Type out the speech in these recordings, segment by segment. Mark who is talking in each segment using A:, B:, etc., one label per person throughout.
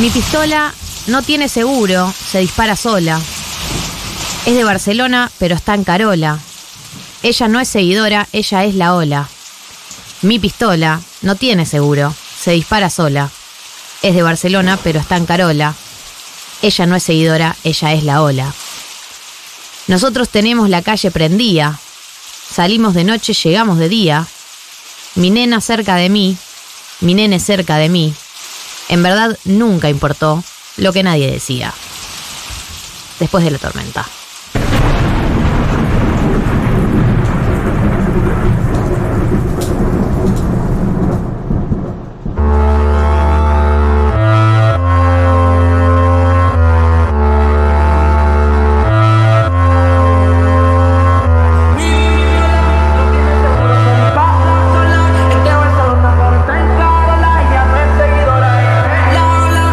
A: Mi pistola no tiene seguro, se dispara sola. Es de Barcelona, pero está en Carola. Ella no es seguidora, ella es la ola. Mi pistola no tiene seguro, se dispara sola. Es de Barcelona, pero está en Carola. Ella no es seguidora, ella es la ola. Nosotros tenemos la calle prendida. Salimos de noche, llegamos de día. Mi nena cerca de mí, mi nene cerca de mí. En verdad nunca importó lo que nadie decía. Después de la tormenta.
B: Pasa sola, en que Barcelona no está en Carola, ella no es seguidora, ella es la ola.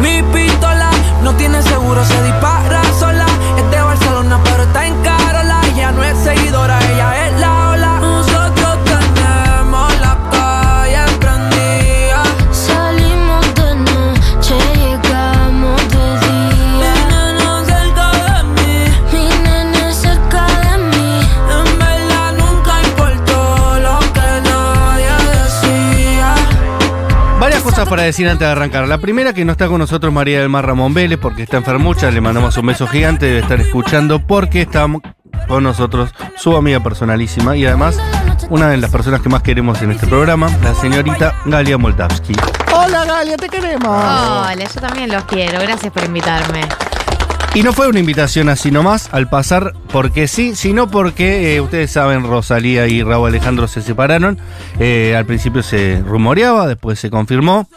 B: Mi pistola no tiene seguro, se dispara sola, es de Barcelona pero está en Carola, ella no es seguidora, ella es la ola. Nosotros tenemos la calle prendida,
C: Salimos de noche, llegamos de día.
B: no cerca de mí,
C: Mi nene cerca de mí.
B: en verdad nunca importó lo que nadie decía.
D: Varias cosas para decir antes de arrancar. La primera que no está con nosotros María del Mar Ramón Vélez porque está enfermucha, le mandamos un beso gigante, debe estar escuchando porque estamos con nosotros su amiga personalísima y además una de las personas que más queremos en este programa, la señorita Galia Moldavsky. Hola Galia, te queremos.
A: Hola, yo también los quiero. Gracias por invitarme.
D: Y no fue una invitación así nomás al pasar porque sí, sino porque eh, ustedes saben, Rosalía y Raúl Alejandro se separaron. Eh, al principio se rumoreaba, después se confirmó.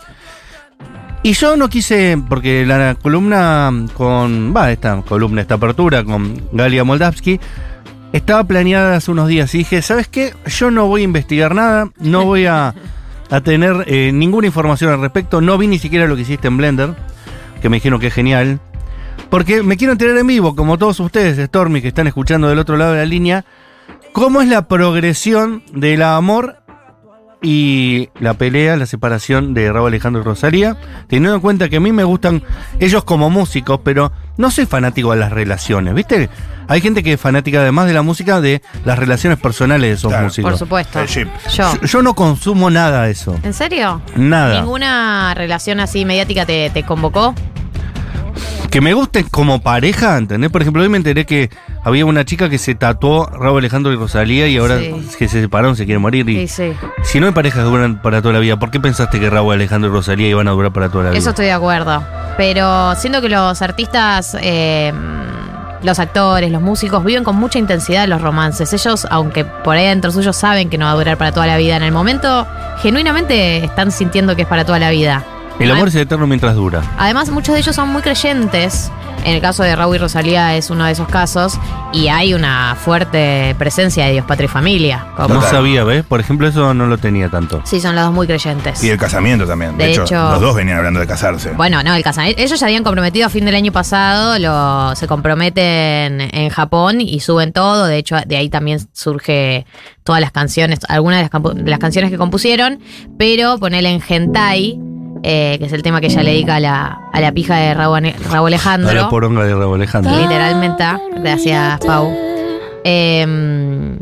D: Y yo no quise, porque la columna con, va, esta columna, esta apertura con Galia Moldavsky, estaba planeada hace unos días y dije, ¿sabes qué? Yo no voy a investigar nada, no voy a, a tener eh, ninguna información al respecto, no vi ni siquiera lo que hiciste en Blender, que me dijeron que es genial, porque me quiero enterar en vivo, como todos ustedes, Stormy, que están escuchando del otro lado de la línea, cómo es la progresión del amor y la pelea, la separación de Raúl Alejandro y Rosalía, teniendo en cuenta que a mí me gustan ellos como músicos, pero no soy fanático de las relaciones, ¿viste? Hay gente que es fanática además de la música, de las relaciones personales de esos
E: Claro.
D: músicos.
A: Por supuesto.
E: Eh, sí.
A: Yo.
D: Yo- Yo no consumo nada de eso.
A: ¿En serio?
D: Nada.
A: ¿Ninguna relación así mediática te, te convocó?
D: Que me gusten como pareja, ¿entendés? Por ejemplo, hoy me enteré que había una chica que se tatuó Raúl Alejandro y Rosalía y ahora
A: Sí.
D: que se separaron se quiere morir. Y
A: Sí, sí.
D: Si no hay parejas que duran para toda la vida, ¿por qué pensaste que Raúl Alejandro y Rosalía iban a durar para toda la vida?
A: Eso estoy de acuerdo. Pero siento que los artistas, eh, los actores, los músicos viven con mucha intensidad los romances. Ellos, aunque por ahí dentro suyo saben que no va a durar para toda la vida, en el momento genuinamente están sintiendo que es para toda la vida.
D: El amor es eterno mientras dura.
A: Además, muchos de ellos son muy creyentes. En el caso de Raúl y Rosalía es uno de esos casos. Y hay una fuerte presencia de Dios, patria y familia. Como-
D: No sabía, ¿ves? Por ejemplo, eso no lo tenía tanto.
A: Sí, son los dos muy creyentes.
E: Y el casamiento también. De,
A: De
E: hecho,
A: hecho-
E: los dos venían hablando de casarse.
A: Bueno, no, el casamiento. Ellos ya habían comprometido a fin del año pasado, lo, se comprometen en Japón y suben todo. De hecho, de ahí también surge todas las canciones, algunas de las, campo- de las canciones que compusieron. Pero ponele en Gentai, eh, que es el tema que ella le dedica a la, a la pija de Raúl, Ane- Raúl
D: A
A: Alejandro.
D: la poronga de Raúl Alejandro.
A: Literalmente, ah, gracias, Pau. Eh,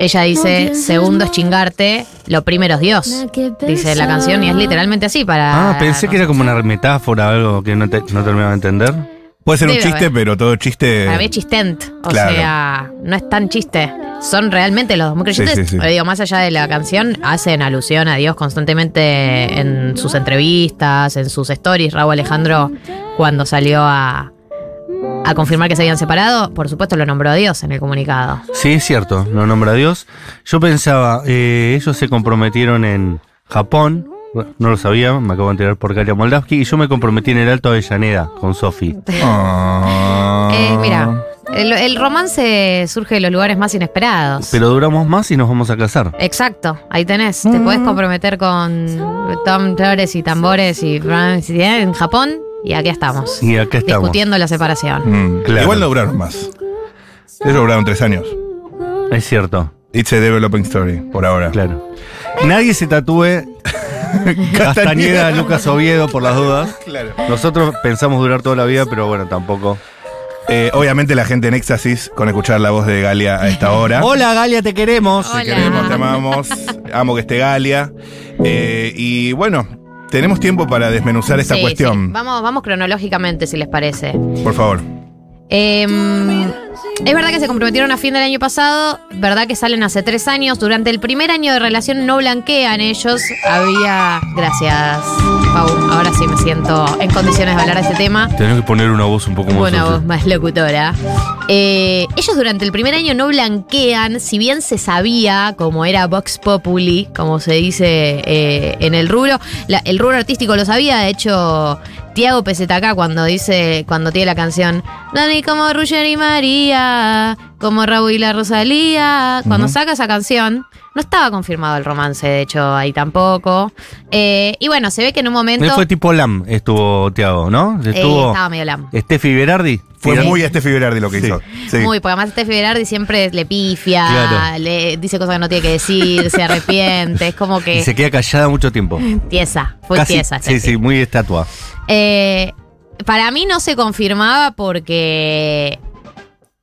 A: ella dice, segundo es chingarte, lo primero es Dios. Dice la canción y es literalmente así para...
D: Ah, pensé que era como una metáfora, algo que no, te- no terminaba de entender.
E: Puede ser un
A: debe
E: chiste,
A: haber.
E: pero todo chiste.
A: Para mí es chistent, o
E: Claro.
A: sea, no es tan chiste. Son realmente los dos muy creyentes.
E: sí, sí.
A: Pero digo, más allá de la canción, hacen alusión a Dios constantemente en sus entrevistas, en sus stories. Raúl Alejandro, cuando salió a, a confirmar que se habían separado, por supuesto lo nombró a Dios en el comunicado.
D: Sí, es cierto, lo nombra Dios. Yo pensaba, eh, ellos se comprometieron en Japón, no lo sabía, me acabo de enterar por Galia Moldavsky, y yo me comprometí en el Alto Avellaneda con Sofi.
E: Ah.
A: Eh, mira, el, el romance surge de los lugares más inesperados.
D: Pero duramos más y nos vamos a casar.
A: Exacto, ahí tenés. Te
E: Mm.
A: podés comprometer con Tom Flores y tambores y Franz y- en Japón y aquí estamos.
D: Y acá estamos.
A: Discutiendo la separación.
E: Mm,
D: Claro.
E: Igual no duraron más. Ellos duraron tres años.
D: Es cierto,
E: It's a developing story, por ahora.
D: claro. Nadie se tatúe Castañeda, Lucas Oviedo, por las dudas.
E: Claro.
D: Nosotros pensamos durar toda la vida, pero bueno, tampoco.
E: Eh, obviamente la gente en éxtasis con escuchar la voz de Galia a esta hora.
D: Hola, Galia, te queremos.
A: Hola.
E: Te queremos, te amamos. Amo que esté Galia. Eh, y bueno, tenemos tiempo para desmenuzar esta
A: Sí, sí.
E: cuestión.
A: Vamos, vamos cronológicamente, si les parece.
E: Por favor.
A: Eh, es verdad que se comprometieron a fin del año pasado, verdad que salen hace tres años. Durante el primer año de relación no blanquean ellos. Había. Gracias, Pau. Ahora sí me siento en condiciones de hablar de este tema.
D: Tenemos que poner una voz un poco más.
A: Una
D: fuerte.
A: voz más locutora. Eh, ellos durante el primer año no blanquean, si bien se sabía, como era Vox Populi, como se dice eh, en el rubro, la- el rubro artístico lo sabía, de hecho, Tiago Pesetacá cuando dice, cuando tiene la canción, Dani como Ruger y María, como Raúl y la Rosalía, cuando saca esa canción, no estaba confirmado el romance, de hecho, ahí tampoco. Eh, y bueno, se ve que en un
D: Él
A: momento...
D: fue tipo Lam, estuvo Tiago, ¿no?
A: eh,
D: Estuvo
A: estaba medio lam.
D: Steffi Berardi.
E: Fue
D: Tirando-
E: muy a Steffi Berardi lo que
D: Sí.
E: hizo. Sí.
A: Muy, porque además Steffi Berardi siempre le pifia,
D: Claro.
A: le dice cosas que no tiene que decir, se arrepiente, es como
D: Y
A: que
D: se queda callada mucho tiempo.
A: tiesa, fue
D: Casi-
A: tiesa.
D: Sí,
A: Steffi.
D: sí, muy estatua.
A: Eh, para mí no se confirmaba porque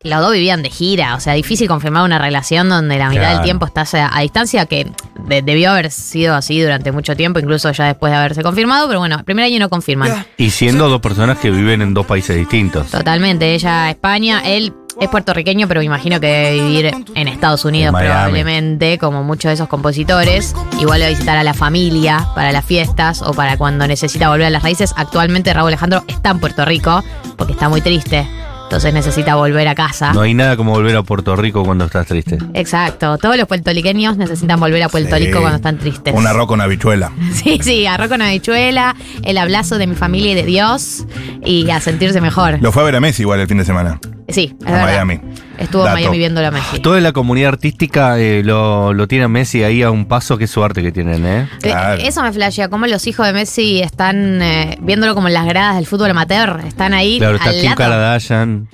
A: los dos vivían de gira, o sea, difícil confirmar una relación donde la mitad
D: Claro.
A: del tiempo estás a, a distancia, que de- debió haber sido así durante mucho tiempo, incluso ya después de haberse confirmado, pero bueno, el primer año no confirman.
D: Y siendo dos personas que viven en dos países distintos.
A: Totalmente, ella España, él es puertorriqueño, pero me imagino que debe vivir en Estados Unidos
D: En Miami.
A: probablemente, como muchos de esos compositores. Igual va a visitar a la familia para las fiestas o para cuando necesita volver a las raíces. Actualmente Raúl Alejandro está en Puerto Rico porque está muy triste, entonces necesita volver a casa.
D: No hay nada como volver a Puerto Rico cuando estás triste.
A: Exacto, todos los puertorriqueños necesitan volver a Puerto
E: Sí.
A: Rico cuando están tristes.
E: Un arroz con habichuela.
A: Sí, sí, arroz con habichuela, el abrazo de mi familia y de Dios y a sentirse mejor.
E: Lo fue a ver a Messi igual el fin de semana.
A: Sí, es
E: a
A: verdad.
E: Miami.
A: Estuvo
E: Dato.
A: en Miami viéndolo a Messi.
D: Toda la comunidad artística eh, lo, lo tiene a Messi ahí a un paso, qué suerte que tienen, ¿eh?
A: Eh,
E: Claro.
A: Eso me flashea, cómo los hijos de Messi están eh, viéndolo como en las gradas del fútbol amateur, están ahí
D: Claro, está
A: al
D: Kim
A: lado.
D: Kardashian.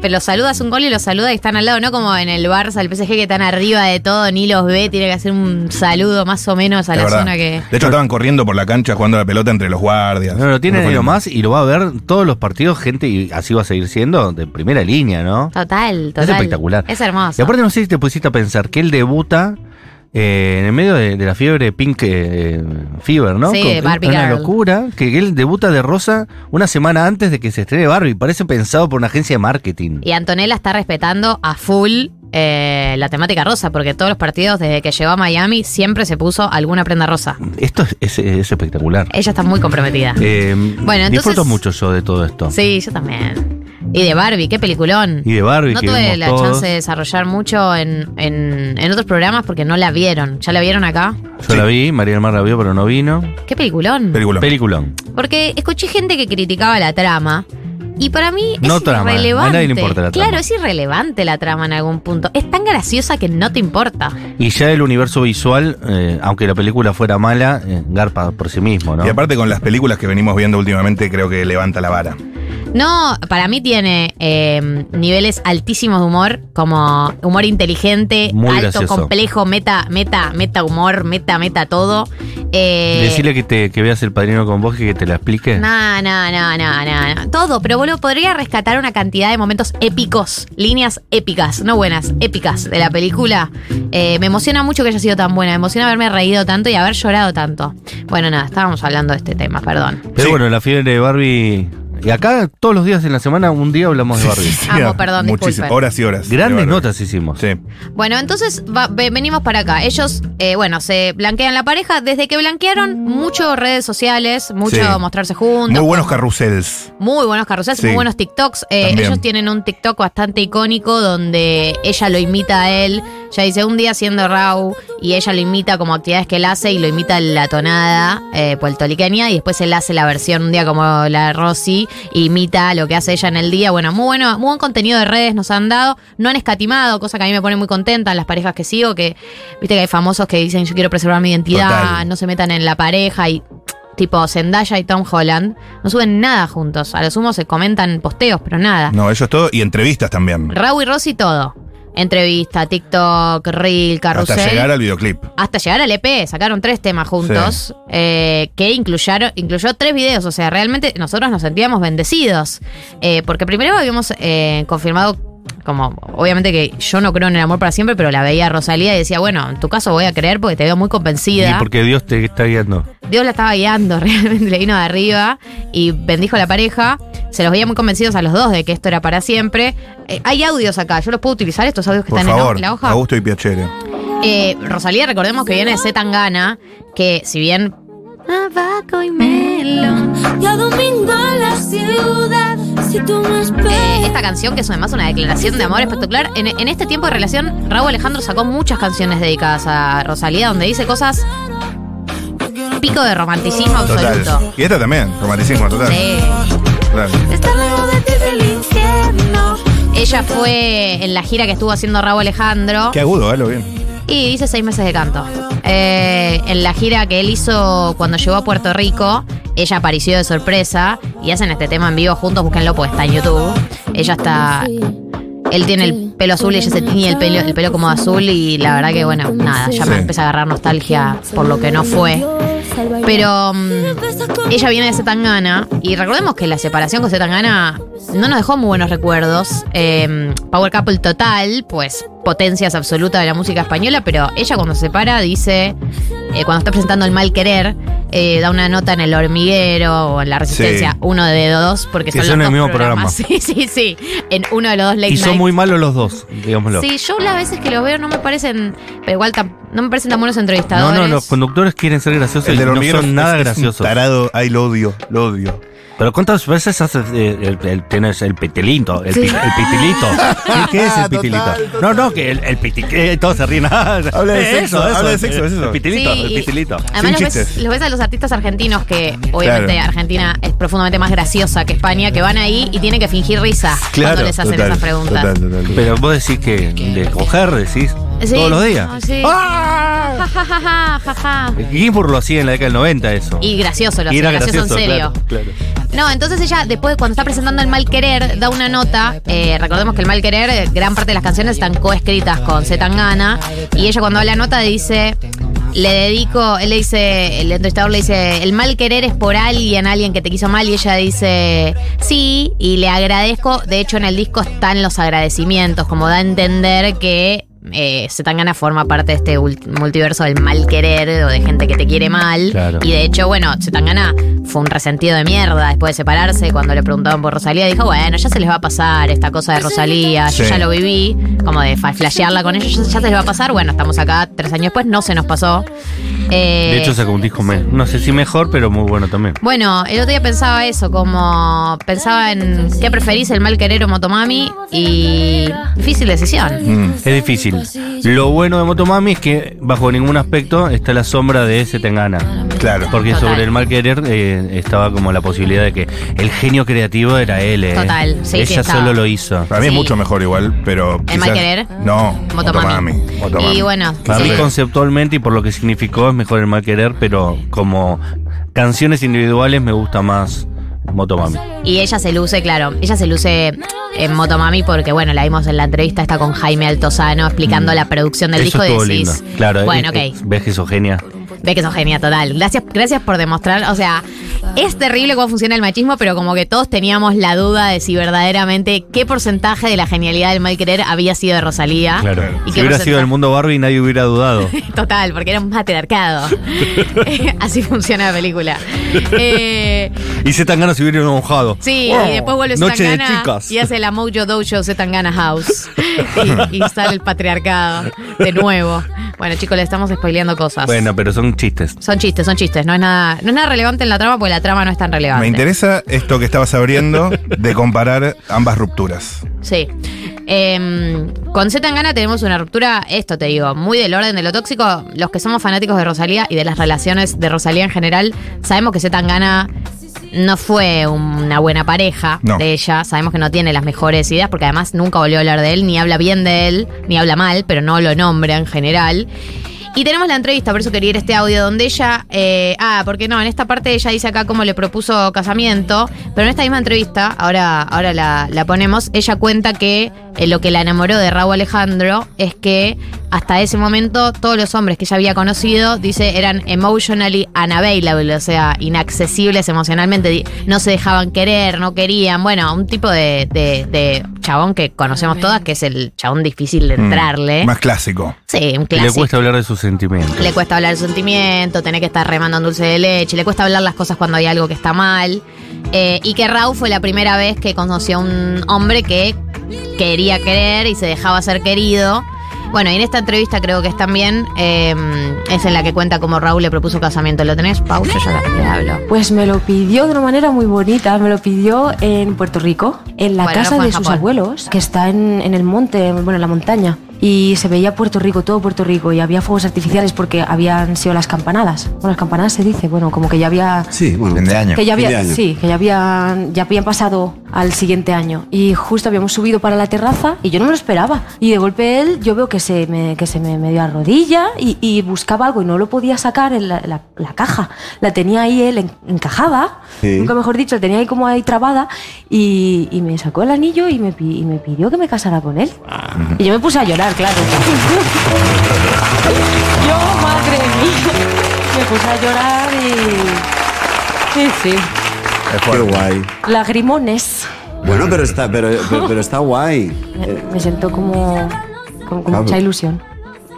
A: Pero los saludas un gol y los saluda y están al lado, no como en el Barça, el PSG que están arriba de todo, ni los ve, tiene que hacer un saludo más o menos a
E: Es
A: la
E: verdad.
A: zona que...
E: De hecho, estaban corriendo por la cancha jugando a la pelota entre los guardias.
D: No, lo
E: No
D: tiene
E: fue
D: lo
E: lindo.
D: más y lo va a ver todos los partidos, gente, y así va a seguir siendo de primera línea, ¿no?
A: Total, total.
D: Es espectacular.
A: Es hermoso.
D: Y aparte no sé si te pusiste a pensar que él debuta eh, en el medio de, de la fiebre Pink eh, Fever, ¿no?
A: Sí, de Barbie
D: una
A: Girl.
D: locura, que él debuta de Rosa una semana antes de que se estrene Barbie. Parece pensado por una agencia de marketing.
A: Y Antonella está respetando a full eh, la temática rosa, porque todos los partidos desde que llegó a Miami siempre se puso alguna prenda rosa.
D: Esto es, es- es espectacular.
A: Ella está muy comprometida.
D: Eh,
A: Eh, Bueno, entonces-
D: Disfruto mucho yo de todo esto.
A: Sí, yo también. Y de Barbie, qué peliculón.
D: Y de Barbie
A: no
D: que
A: tuve
D: vimos
A: la
D: todos.
A: chance de desarrollar mucho en, en- en otros programas porque no la vieron. ¿Ya la vieron acá?
D: Yo la vi, María del Mar la vio, pero no vino.
A: Qué peliculón.
E: Película.
D: Peliculón.
A: porque escuché gente que criticaba la trama. Y para mí
D: No
A: es
D: trama,
A: irrelevante.
D: a nadie le importa la trama.
A: Claro, es irrelevante la trama en algún punto. Es tan graciosa que no te importa.
D: Y ya el universo visual, eh, aunque la película fuera mala, eh, garpa por sí mismo, ¿no?
E: Y aparte con las películas que venimos viendo últimamente, creo que levanta la vara.
A: No, para mí tiene eh, niveles altísimos de humor, como humor inteligente,
D: Muy
A: alto,
D: gracioso.
A: complejo, meta, meta, meta humor, meta, meta todo. Eh,
D: Decirle que, te, que veas el padrino con vos y que te la explique.
A: No, no, no, no, no, no. Todo, pero boludo, podría rescatar una cantidad de momentos épicos, líneas épicas, no buenas, épicas de la película. Eh, me emociona mucho que haya sido tan buena, me emociona haberme reído tanto y haber llorado tanto. Bueno, nada, estábamos hablando de este tema, perdón.
D: Pero
E: Sí.
D: bueno, la fiebre de Barbie. Y acá todos los días en la semana, un día hablamos de Barbie.
A: Amo, perdón,
E: Muchísimas
A: disculpen.
E: horas y horas.
D: Grandes
E: Bárbaro.
D: notas hicimos.
E: Sí.
A: Bueno, entonces va- ve- venimos para acá. Ellos, eh, bueno, se blanquean la pareja. Desde que blanquearon, mucho redes sociales, mucho
E: Sí.
A: mostrarse juntos.
E: Muy buenos carrusels.
A: Muy buenos carruseles,
E: Sí.
A: muy buenos TikToks. Eh,
E: También.
A: ellos tienen un TikTok bastante icónico donde ella lo imita a él. Ya dice un día siendo Rau y ella lo imita como actividades que él hace y lo imita la tonada eh, puertoliqueña y después él hace la versión un día como la Rosy, e imita lo que hace ella en el día. Bueno, muy bueno, muy buen contenido de redes nos han dado. No han escatimado, cosa que a mí me pone muy contenta en las parejas que sigo, que viste que hay famosos que dicen yo quiero preservar mi identidad,
E: Total.
A: no se metan en la pareja y tipo Zendaya y Tom Holland, no suben nada juntos. A lo sumo se comentan posteos, pero nada.
E: No, ellos todo. Y entrevistas también.
A: Raúl y Rosy todo. Entrevista, TikTok, Reel, Carrusel.
E: Hasta llegar al videoclip.
A: hasta llegar al EP, sacaron tres temas juntos, eh, que incluyeron, incluyó tres videos. O sea, realmente nosotros nos sentíamos bendecidos. eh, porque primero habíamos eh, confirmado, como obviamente que yo no creo en el amor para siempre, pero la veía a Rosalía y decía, bueno, en tu caso voy a creer porque te veo muy
D: Y
A: convencida.
D: porque Dios te está guiando.
A: Dios la estaba guiando, realmente le vino de arriba y bendijo a la pareja. Se los veía muy convencidos a los dos de que esto era para siempre. Eh, hay audios acá, yo los puedo utilizar, estos audios que
E: Por
A: están
E: favor,
A: en la hoja.
E: Augusto y Piacere.
A: Eh, Rosalía, recordemos que viene de Zetangana, que si bien Eh,
C: Tabaco y melón. Y a domingo a la ciudad. Si tú me
A: eh,
C: esperas.
A: esta canción, que es además una declaración de amor espectacular, en, en este tiempo de relación, Raúl Alejandro sacó muchas canciones dedicadas a Rosalía, donde dice cosas pico de romanticismo absoluto.
E: Total. Y esta también, romanticismo, total.
A: Sí.
E: Total.
C: Está lejos de ti el infierno.
A: Ella fue en la gira que estuvo haciendo Raúl Alejandro
E: Qué agudo, ¿eh? Lo bien.
A: y hice seis meses de canto. Eh, en la gira que él hizo cuando llegó a Puerto Rico, ella apareció de sorpresa y hacen este tema en vivo juntos, búsquenlo porque está en YouTube. Ella está Él tiene el pelo azul y ella se tiñe el pelo, el pelo como azul y la verdad que bueno, nada, ya me
E: Sí.
A: empieza a agarrar nostalgia ah, por lo que no fue. Pero mm, ella viene de Zetangana y recordemos que la separación con Zetangana no nos dejó muy buenos recuerdos. Eh, Power Couple total, pues potencias absolutas de la música española, pero ella cuando se separa dice, eh, cuando está presentando el mal querer, eh, da una nota en el hormiguero o en la resistencia,
E: Sí.
A: uno de dos, porque
D: Que
A: son,
D: son
A: los
D: el
A: dos
D: mismo
A: programas. Sí, sí, sí, en uno de los dos late
D: Y son
A: night.
D: muy malos los dos, digámoslo.
A: Sí, yo las veces que los veo no me parecen, pero igual tam- no me parecen tan buenos
D: no,
A: entrevistadores.
D: no, los conductores quieren ser graciosos y no
E: hormiguero
D: son
E: es-
D: nada
E: es un
D: graciosos.
E: Tarado, ay, lo odio, lo odio.
D: Pero ¿cuántas veces haces eh, el, el- tenés el pitelito? El, pi-
A: Sí.
D: el pitilito. ¿Qué- ¿Qué es el
E: Total,
D: pitilito?
E: total.
D: No, no, que el, el pitilito. Todos se ríen. Habla
E: de sexo, habla de sexo, es eso.
D: eh, El pitilito,
A: Sí,
D: el
A: y-
D: pitilito.
E: Sin
A: Además, los ves,
E: chistes.
A: los ves a los artistas argentinos que, obviamente,
E: Claro.
A: Argentina es profundamente más graciosa que España, que van ahí y tienen que fingir risa cuando les hacen
E: total,
A: esas preguntas.
E: Total, total.
D: Pero vos decís que de coger, decís,
A: Sí.
D: todos los
A: Ah,
D: días.
A: sí. Ja, ja, ja, ja, ja, ja.
D: Ginsburg lo hacía en la década del 90 eso.
A: Y gracioso, lo
D: Y
A: hacen,
D: era
A: gracioso, en serio.
D: claro, claro.
A: No, entonces ella, después, cuando está presentando el mal querer, da una nota. eh, recordemos que el mal querer, eh, gran parte de las canciones están coescritas con Zetangana. Y ella, cuando da la nota, dice. Le dedico, él le dice, el entrevistador le dice, el mal querer es por alguien, alguien que te quiso mal, y ella dice, sí, y le agradezco. De hecho, en el disco están los agradecimientos, como da a entender que eh, Zetangana forma parte de este ult- multiverso del mal querer o de gente que te quiere mal.
D: Claro.
A: Y de hecho, bueno, Zetangana fue un resentido de mierda después de separarse. Cuando le preguntaban por Rosalía, dijo, bueno, ya se les va a pasar esta cosa de Rosalía, yo
E: Sí.
A: ya lo viví, como de fa- flashearla con ellos, ya, ya se les va a pasar. Bueno, estamos acá tres años después, no se nos pasó. Eh,
D: De hecho sacó un disco, me- no sé si mejor, pero muy bueno también.
A: bueno, el otro día pensaba eso, como pensaba en qué preferís, el mal querer o Motomami, y difícil decisión.
D: Mm, Es difícil. Lo bueno de Motomami es que bajo ningún aspecto está la sombra de ese Tengana.
E: Claro.
D: Porque
A: Total.
D: sobre el mal querer eh, estaba como la posibilidad de que el genio creativo era él. eh.
A: Total, sí, sí
D: Ella
A: estaba.
D: solo lo hizo.
E: Para mí
A: Sí.
E: es mucho mejor igual, pero.
A: ¿El mal
E: quizás-
A: querer?
E: No.
A: Motomami.
E: Motomami. Motomami.
A: Y bueno,
D: Para
A: sí.
D: mí conceptualmente y por lo que significó es mejor el mal querer, pero como canciones individuales me gusta más Motomami.
A: Y ella se luce, claro, ella se luce en Motomami porque, bueno, la vimos en la entrevista, está con Jaime Altozano explicando la producción del
D: Mm.
A: disco
D: Eso estuvo
A: y decís,
D: lindo. Claro,
A: bueno,
D: eh,
A: ok,
D: eh, ves que sos genia.
A: ve que sos genia total. Gracias, gracias por demostrar, o sea, es terrible cómo funciona el machismo, pero como que todos teníamos la duda de si verdaderamente qué porcentaje de la genialidad del mal querer había sido de Rosalía.
D: Claro.
A: Ah, ¿Y
D: Si
A: qué
D: hubiera
A: porcentaje?
D: sido el mundo Barbie nadie hubiera dudado.
A: Total, porque era un matriarcado. Así funciona la película. Eh,
D: Y se tan ganas se hubiera enojado.
A: Sí,
D: Oh,
A: y después vuelve
D: Noche de
A: Zetangana
D: chicas.
A: y hace la Mojo Dojo Zetangana House. y, y sale el patriarcado de nuevo. Bueno, chicos, le estamos spoileando cosas.
D: Bueno, pero son chistes.
A: Son chistes, son chistes. No es nada, no es nada relevante en la trama porque la trama no es tan relevante.
E: Me interesa esto que estabas abriendo de comparar ambas rupturas.
A: Sí. Eh, con Zetangana tenemos una ruptura, esto te digo, muy del orden de lo tóxico. Los que somos fanáticos de Rosalía y de las relaciones de Rosalía en general, sabemos que Zetangana no fue una buena pareja
E: No.
A: de ella. Sabemos que no tiene las mejores ideas porque además nunca volvió a hablar de él, ni habla bien de él, ni habla mal, pero no lo nombra en general. Y tenemos la entrevista, por eso quería ir a este audio, donde ella. eh, ah, porque no, en esta parte ella dice acá cómo le propuso casamiento, pero en esta misma entrevista, ahora, ahora la, la ponemos, ella cuenta que eh, lo que la enamoró de Raúl Alejandro es que hasta ese momento todos los hombres que ella había conocido, dice, eran emotionally unavailable, o sea, inaccesibles emocionalmente, di- no se dejaban querer, no querían. Bueno, un tipo de, de- de chabón que conocemos todas, que es el chabón difícil de
E: Mm,
A: entrarle.
E: Más clásico.
A: Sí, un
D: Y
A: clásico.
D: Le cuesta hablar de sus sentimientos.
A: Le cuesta hablar de sentimiento, tener que estar remando en dulce de leche, le cuesta hablar las cosas cuando hay algo que está mal. Eh, y que Raúl fue la primera vez que conoció a un hombre que quería querer y se dejaba ser querido. Bueno, y en esta entrevista creo que es también, eh, es en la que cuenta cómo Raúl le propuso casamiento. ¿Lo tenés, Pau? Yo ya le hablo.
F: Pues me lo pidió de una manera muy bonita. Me lo pidió en Puerto Rico, en la
A: Bueno, no
F: casa
A: fue
F: de
A: en
F: sus
A: Japón.
F: abuelos, que está en, en el monte, bueno, en la montaña. Y se veía Puerto Rico, todo Puerto Rico, y había fuegos artificiales porque habían sido las campanadas. Bueno, las campanadas se dice, bueno, como que ya había.
G: Sí, bueno.
E: Fin de año.
F: Que ya
G: fin de
F: había,
G: año.
F: sí, que ya habían, ya habían pasado al siguiente año. Y justo habíamos subido para la terraza y yo no me lo esperaba. Y de golpe él, yo veo que se me, que se me medio arrodilla y, y buscaba algo y no lo podía sacar en la, la- la caja. La tenía ahí, él en- encajada,
G: Sí.
F: nunca mejor dicho, la tenía ahí como ahí trabada y, y me sacó el anillo y me, pi- y me pidió que me casara con él.
G: Ah.
F: Y yo me puse a llorar, claro. yo, madre mía, me puse a llorar y... Sí, sí.
E: Es
G: Qué
E: fuerte.
G: guay.
F: Lagrimones.
G: Bueno, pero está, pero, pero, pero está guay.
F: Me,
G: Eh,
F: me siento como, como con
G: Ah,
F: mucha
G: pero-
F: ilusión.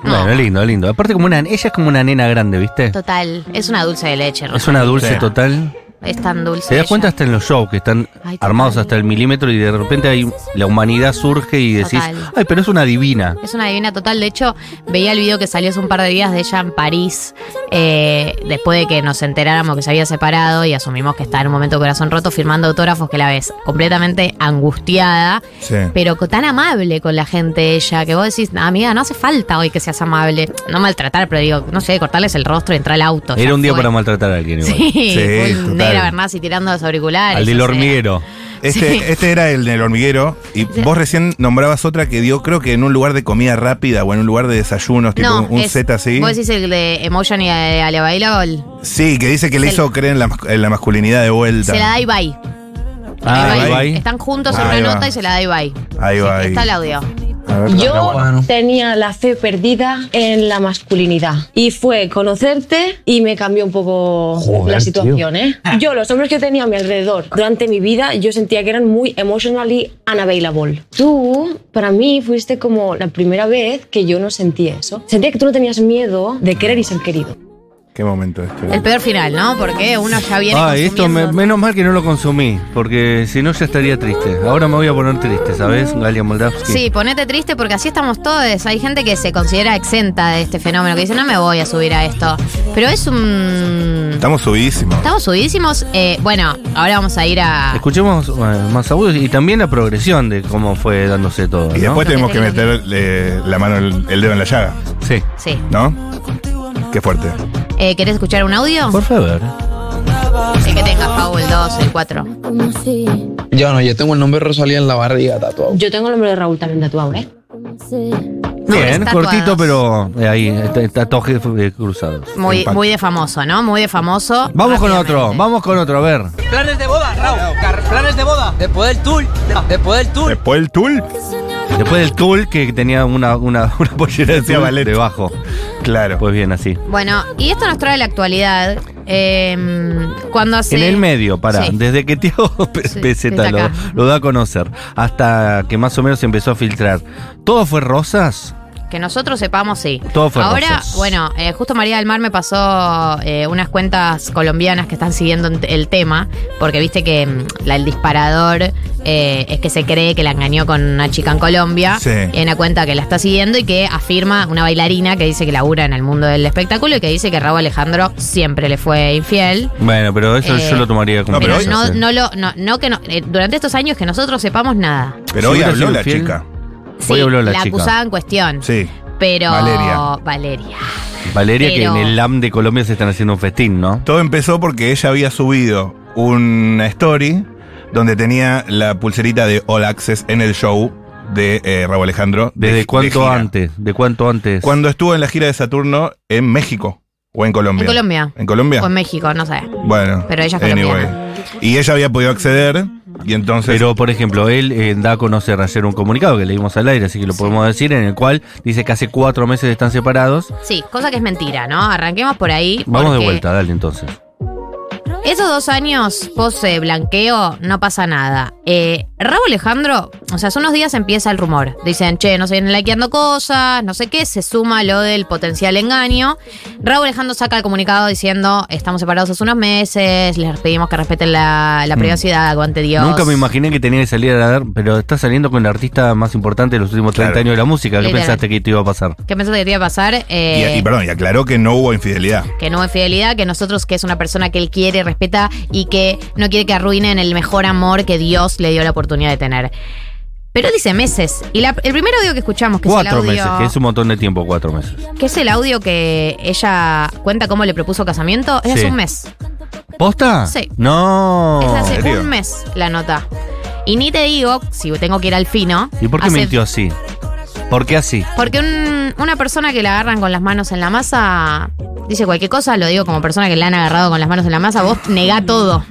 D: Bueno, lindo, lindo. Aparte, como una, ella es como una nena grande, ¿viste?
A: Total, es una dulce de leche,
D: Es
A: Rosa.
D: una dulce
E: Sí.
D: total.
A: Es tan dulce.
D: Te das
A: ella.
D: cuenta hasta en los shows que están
A: Ay, total.
D: armados hasta el milímetro y de repente hay, la humanidad surge y decís,
A: Total.
D: ay, pero es una divina.
A: Es una divina total. De hecho, veía el video que salió hace un par de días de ella en París, eh, después de que nos enteráramos que se había separado y asumimos que está en un momento de corazón roto, firmando autógrafos que la ves completamente angustiada,
E: Sí.
A: pero co- tan amable con la gente ella, que vos decís, "Ah, amiga, no hace falta hoy que seas amable. No maltratar, pero digo, no sé, cortarles el rostro y entrar al auto. ya
D: Era un día
A: fue.
D: para maltratar a alguien. igual.
A: Sí,
E: Sí,
A: un
E: total.
A: Negra Bernasi tirando los auriculares.
D: Al
A: o
D: del
A: sea.
D: hormiguero.
E: Este,
A: Sí.
E: este era el del hormiguero. Y vos recién nombrabas otra que dio, creo que en un lugar de comida rápida o en un lugar de desayunos, tipo
A: No,
E: un- un
A: es-
E: set así.
A: Vos decís el de Emotion y eh, Ale Bailol.
E: Sí, que dice que le
A: Se-
E: hizo creer en la, mas- en la masculinidad de vuelta.
A: Se la da Ibai.
D: Ah,
A: Ibai.
E: Ibai.
D: Ibai.
A: Están juntos en
E: Ahí
A: una
E: va.
A: nota y se la da Ibai.
E: Ahí va. ahí.
A: Está el audio.
E: A ver, la- la
H: Yo
E: buena.
H: tenía la fe perdida en la masculinidad y fue conocerte y me cambió un poco la situación. ¿eh? Yo, los hombres que tenía a mi alrededor durante mi vida, yo sentía que eran muy emotionally unavailable. Tú, para mí, fuiste como la primera vez que yo no sentí eso. Sentía que tú no tenías miedo de querer y ser querido.
E: Qué momento este.
A: El peor final, ¿no? Porque uno ya viene.
D: Ay, esto me-
A: consumiendo-
D: menos mal que no lo consumí, porque si no ya estaría triste. Ahora me voy a poner triste, ¿sabes? Galia Moldavsky.
A: Sí, ponete triste porque así estamos todos. Hay gente que se considera exenta de este fenómeno, que dice, no me voy a subir a esto. Pero es un.
E: Estamos subidísimos.
A: Estamos subidísimos. Eh, bueno, ahora vamos a ir a.
D: Escuchemos bueno, más agudos y también la progresión de cómo fue dándose todo.
E: Y
D: ¿no?
E: después
A: Lo que
E: tenemos que
A: tengo
E: meterle la mano, el, el dedo en la llaga,
D: Sí.
A: Sí.
E: ¿no? Qué fuerte.
A: Eh, ¿Querés escuchar un audio?
D: Por favor.
A: El que tengas, Paul, el 2, el 4.
C: Conocí,
I: Yo no, yo tengo el nombre de Rosalía en la barriga tatuado.
H: Yo tengo el nombre de Raúl también tatuado, ¿eh?
C: conocí.
D: Bien,
A: estatuados.
D: cortito, pero eh, ahí, t- tatuajes eh, cruzados.
A: Muy,
E: Impacto.
A: muy de famoso, ¿no? Muy de famoso.
D: Vamos con
A: Rápidamente.
D: otro, vamos con otro, a ver.
J: Planes de boda, Raúl. Car- planes de boda. Después del tour. Después del tour.
E: Después el tul.
D: Después del Tool, que tenía una, una, una pollera de
E: Decía
D: Tool
E: ballet.
D: debajo.
E: Claro.
D: Pues bien, así.
A: Bueno, y esto nos trae la actualidad. Eh, cuando hace.
D: En el medio, pará.
A: Sí.
D: Desde que Tiago Pe-
A: Sí,
D: Peseta
A: desde
D: lo,
A: acá.
D: lo da a conocer, hasta que más o menos se empezó a filtrar. ¿Todo fue rosas?
A: Que nosotros sepamos, sí.
D: Todo fue
A: Ahora,
D: rosas.
A: bueno, eh, justo María del Mar me pasó eh, unas cuentas colombianas que están siguiendo en- el tema, porque viste que mm, la- el disparador eh, es que se cree que la engañó con una chica en Colombia.
E: Sí.
A: Y hay una cuenta que la está siguiendo y que afirma una bailarina que dice que labura en el mundo del espectáculo y que dice que Raúl Alejandro siempre le fue infiel.
D: Bueno, pero eso
A: Eh,
D: yo lo tomaría como
E: No, pero
A: Pero
E: hoy-
A: no,
D: rosas, eh.
A: no lo, no, no que no- eh, durante estos años que nosotros sepamos nada.
E: Pero
D: Si
E: hoy
D: hubiera
E: habló
D: sido
E: la
D: fiel.
E: chica.
D: Hoy habló la chica.
A: acusada en cuestión.
E: Sí.
A: Pero.
E: Valeria.
A: Valeria.
D: Valeria,
A: pero-
D: que en el LAM de Colombia se están haciendo un festín, ¿no?
E: Todo empezó porque ella había subido una story donde tenía la pulserita de All Access en el show de eh, Raúl Alejandro. de-
D: ¿Desde
E: de
D: cuánto
E: gira.
D: antes? ¿De cuánto antes?
E: Cuando estuvo en la gira de Saturno en México o en Colombia.
A: En Colombia.
E: ¿En Colombia?
A: O en México, no sé.
E: Bueno.
A: Pero ella es
E: anyway.
A: colombiana.
E: Y ella había podido acceder y entonces...
D: Pero, por ejemplo, él eh, da a conocer ayer un comunicado que leímos al aire, así que lo podemos decir, en el cual dice que hace cuatro meses están separados.
A: Sí, cosa que es mentira, ¿no? Arranquemos por ahí.
D: Vamos de
A: porque
D: vuelta, dale entonces.
A: Esos dos años pose blanqueo, no pasa nada. Eh, Rabo Alejandro, o sea, hace unos días empieza el rumor. Dicen, che, no se vienen likeando cosas, no sé qué, se suma lo del potencial engaño. Rabo Alejandro saca el comunicado diciendo, estamos separados hace unos meses, les pedimos que respeten la, la privacidad, aguante Dios.
D: Mm. Nunca me imaginé que tenía que salir a dar, pero está saliendo con el artista más importante de los últimos 30
E: Claro.
D: años de la música. ¿Qué
A: Literal.
D: pensaste que te iba a pasar?
A: ¿Qué pensaste que te iba a pasar?
E: Y,
A: Eh,
E: y, perdón, y aclaró que no hubo infidelidad.
A: que no es fidelidad, que nosotros, que es una persona que él quiere, respeta y que no quiere que arruinen el mejor amor que Dios le dio la oportunidad de tener. Pero dice meses. Y la- el primer audio que escuchamos, que
D: Cuatro
A: es el
D: meses,
A: audio.
D: que es un montón de tiempo, cuatro meses.
A: que es el audio que ella cuenta cómo le propuso casamiento, es
D: Sí. Oh,
A: hace un mes.
D: ¿Posta?
A: Sí.
D: No.
A: es hace
D: ¿En serio?
A: un mes la nota. Y ni te digo, si tengo que ir al fino.
D: ¿Y por qué
A: hace-
D: mintió así? ¿Por qué así?
A: Porque un- una persona que la agarran con las manos en la masa dice cualquier cosa, lo digo como persona que la han agarrado con las manos en la masa, vos negá todo.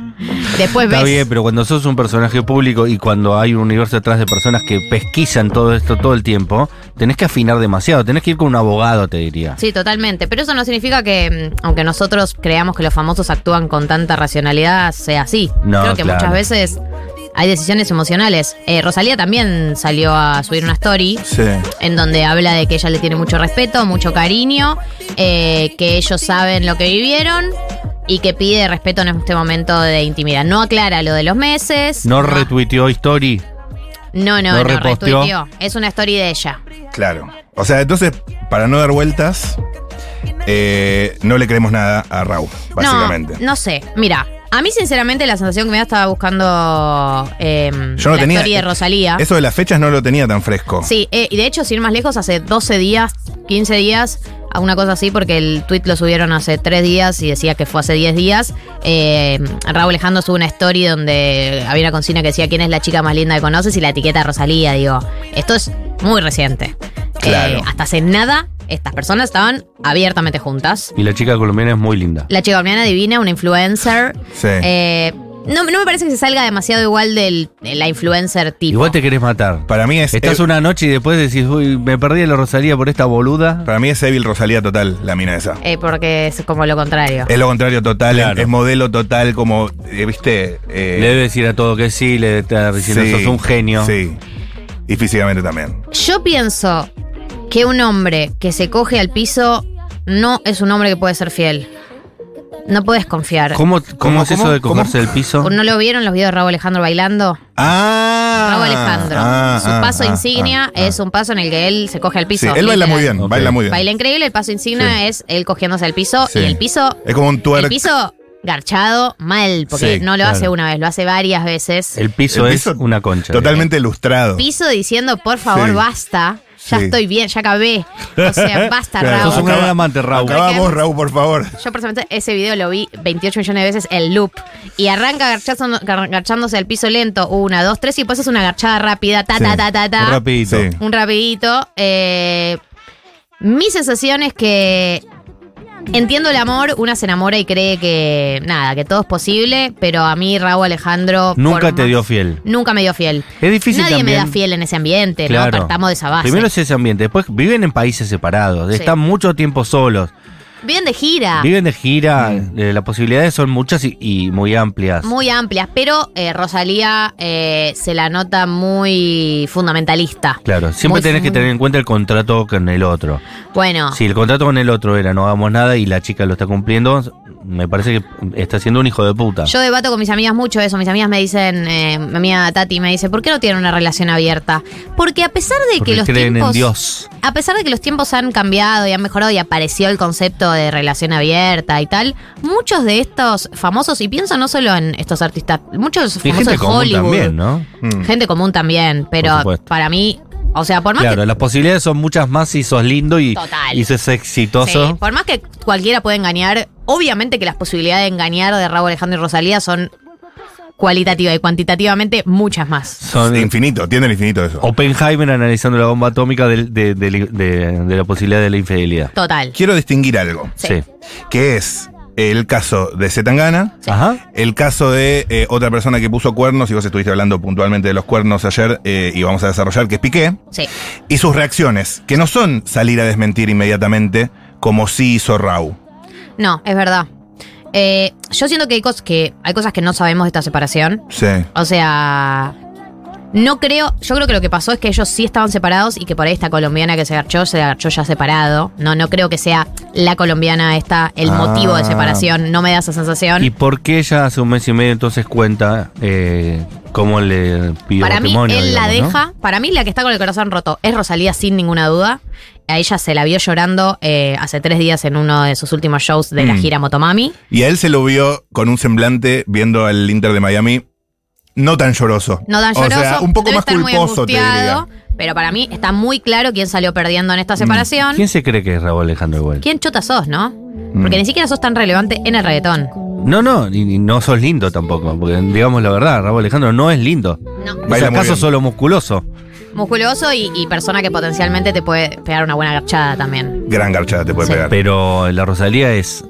A: Después
D: Está
A: ves.
D: bien, pero cuando sos un personaje público y cuando hay un universo atrás de personas que pesquisan todo esto todo el tiempo, tenés que afinar demasiado, tenés que ir con un abogado, te diría.
A: Sí, totalmente. Pero eso no significa que, mm, aunque nosotros creamos que los famosos actúan con tanta racionalidad, sea así.
D: No,
A: Creo que
D: claro.
A: muchas veces hay decisiones emocionales. Eh, Rosalía también salió a subir una story
E: Sí.
A: en donde habla de que ella le tiene mucho respeto, mucho cariño, eh, que ellos saben lo que vivieron y que pide respeto en este momento de intimidad. No aclara lo de los meses.
D: No retuiteó story.
A: No, no,
D: no
A: no,
D: reposteó.
A: retuiteó. Es una story de ella.
E: Claro. O sea, entonces, para no dar vueltas, eh, no le creemos nada a Raúl, básicamente.
A: No, no sé. Mira, a mí sinceramente la sensación que me da estaba buscando em,
E: Yo no
A: la
E: tenía- e-
A: historia de Rosalía.
E: Eso de las fechas no lo tenía tan fresco.
A: Sí, eh, y de hecho, sin ir más lejos, hace 12 días, 15 días, alguna cosa así, porque el tweet lo subieron hace 3 días y decía que fue hace 10 días. Eh, Raúl Alejandro subió una story donde había una consigna que decía quién es la chica más linda que conoces y la etiqueta Rosalía. Digo, esto es muy reciente.
D: Claro.
A: Eh, hasta hace nada, estas personas estaban abiertamente juntas.
D: Y la chica colombiana es muy linda.
A: La chica colombiana divina, una influencer.
D: Sí.
A: Eh, no, no me parece que se salga demasiado igual del, de la influencer tipo.
D: Igual te querés matar.
E: Para mí es.
D: Estás una noche y después decís, uy, me perdí de la Rosalía por esta boluda.
E: Para mí es Evil Rosalía total, la mina esa.
A: Eh, porque es como lo contrario.
E: Es lo contrario total,
D: Claro.
E: es modelo total, como, eh, viste. eh,
D: Le debe decir a todo que sí, le está diciendo,
E: Sí,
D: sos un genio.
E: Sí. Y físicamente también.
A: Yo pienso que un hombre que se coge al piso no es un hombre que puede ser fiel. No puedes confiar.
D: ¿Cómo, cómo,
E: ¿Cómo,
D: es eso
E: cómo,
D: de cogerse del piso?
A: ¿No lo vieron los videos de Raúl Alejandro bailando?
E: Ah.
A: Raúl Alejandro.
E: ah,
A: Su
E: ah,
A: paso
E: ah,
A: insignia
E: ah, ah.
A: es un paso en el que él se coge al
E: Sí,
A: piso.
E: él baila
A: literal.
E: muy bien,
D: Ok.
E: baila muy bien.
A: Baila increíble, el paso insignia
E: Sí.
A: es él cogiéndose al piso
E: Sí.
A: y el piso
E: Es como un
A: El
E: twerk.
A: piso garchado mal, porque
E: Sí,
A: no lo
E: claro.
A: hace una vez, lo hace varias veces.
D: El piso
E: El
D: es
E: piso
D: una concha.
E: totalmente ilustrado.
A: Piso diciendo, por favor,
E: Sí.
A: basta, ya
E: Sí.
A: estoy bien, ya acabé. O sea, basta,
E: Claro.
D: Sos un
A: Raúl.
D: gran amante, Raúl.
E: Acabamos, Raúl, por favor.
A: Yo personalmente ese video lo vi 28 millones de veces, el loop. Y arranca garchazo- gar- garchándose al piso lento, una, dos, tres, y después es una garchada rápida, ta, ta,
E: Sí.
A: ta, ta, ta.
D: Rapidito.
E: Sí.
A: Un rapidito. Eh, mi sensación es que entiendo el amor, una se enamora y cree que nada, que todo es posible, pero a mí Raúl Alejandro...
D: Nunca
A: por
D: te
A: más-
D: dio fiel.
A: Nunca me dio fiel.
D: Es difícil
A: Nadie
D: también.
A: me da fiel en ese ambiente, ¿no? Partamos de esa base.
D: Primero es ese ambiente, después viven en países separados,
A: Sí. Ah.
D: están mucho tiempo solos,
A: Viven de gira.
D: viven de gira, eh, las posibilidades son muchas y, y muy amplias.
A: Muy amplias, pero eh, Rosalía eh, se la nota muy fundamentalista.
D: claro, siempre
A: Muy- Ah.
D: tenés que tener en cuenta el contrato con el otro.
A: Bueno,
D: Si el contrato con el otro era no hagamos nada y la chica lo está cumpliendo, me parece que está siendo un hijo de puta.
A: yo debato con mis amigas mucho eso. Mis amigas me dicen, eh, mi amiga Tati me dice, ¿por qué no tienen una relación abierta? Porque a pesar de
D: Porque
A: que los
D: creen
A: tiempos...
D: en Dios.
A: A pesar de que los tiempos han cambiado y han mejorado y apareció el concepto de relación abierta y tal, muchos de estos famosos, y pienso no solo en estos artistas, muchos
D: Y
A: famosos
D: gente
A: de
D: común
A: Hollywood,
D: también, ¿no?
E: Mm.
A: gente común también, pero
D: supuesto.
A: para mí, o sea, por más que
D: Claro, las posibilidades son muchas más si sos lindo y,
A: Total.
D: y sos exitoso.
A: Sí, por más que cualquiera puede engañar, obviamente que las posibilidades de engañar de Raúl Alejandro y Rosalía son cualitativa y cuantitativamente muchas más.
E: Son infinito, tiene el infinito eso.
A: Oh.
D: Oppenheimer analizando la bomba atómica del- de, de- de- de la posibilidad de la infidelidad.
A: Total.
E: Quiero distinguir algo,
A: Sí.
E: que es el caso de Zetangana,
D: Ajá.
E: el caso de eh, otra persona que puso cuernos, y vos estuviste hablando puntualmente de los cuernos ayer, eh, y vamos a desarrollar, que es Piqué,
A: Sí.
E: y sus reacciones, que no son salir a desmentir inmediatamente, como sí hizo Rau.
A: No, es verdad. Eh, yo siento que hay, cosas que hay cosas que no sabemos de esta separación.
E: Sí.
A: O sea, no creo, yo creo que lo que pasó es que ellos sí estaban separados y que por ahí esta colombiana que se garchó, se garchó ya separado. No, no creo que sea la colombiana esta el
E: Ah.
A: motivo de separación, no me da esa sensación.
D: ¿Y por qué ella hace un mes y medio entonces cuenta eh, cómo le pidió
A: Para mí,
D: matrimonio?
A: él la
D: digamos, ¿no?
A: deja, para mí la que está con el corazón roto es Rosalía sin ninguna duda. A ella se la vio llorando eh, hace tres días en uno de sus últimos shows de la
E: Mm.
A: gira Motomami.
E: Y a él se lo vio con un semblante viendo al Inter de Miami, no tan lloroso.
A: No dan
E: O
A: lloroso,
E: sea, un poco
A: debe
E: más
A: estar muy
E: culposo, te diría.
A: angustiado, pero para mí está muy claro quién salió perdiendo en esta separación.
D: ¿Quién se cree que es Raúl Alejandro igual?
A: ¿Quién chota sos, no?
E: Mm.
A: Porque ni siquiera sos tan relevante en el reggaetón.
D: No, no, y, y no sos lindo tampoco, porque digamos la verdad, Raúl Alejandro no es lindo.
A: No.
D: Es
E: Baila muy
D: acaso
E: bien.
D: solo musculoso.
A: Musculoso y, y persona que potencialmente te puede pegar una buena garchada también.
E: Gran garchada te puede
A: Sí.
E: pegar.
D: Pero la Rosalía es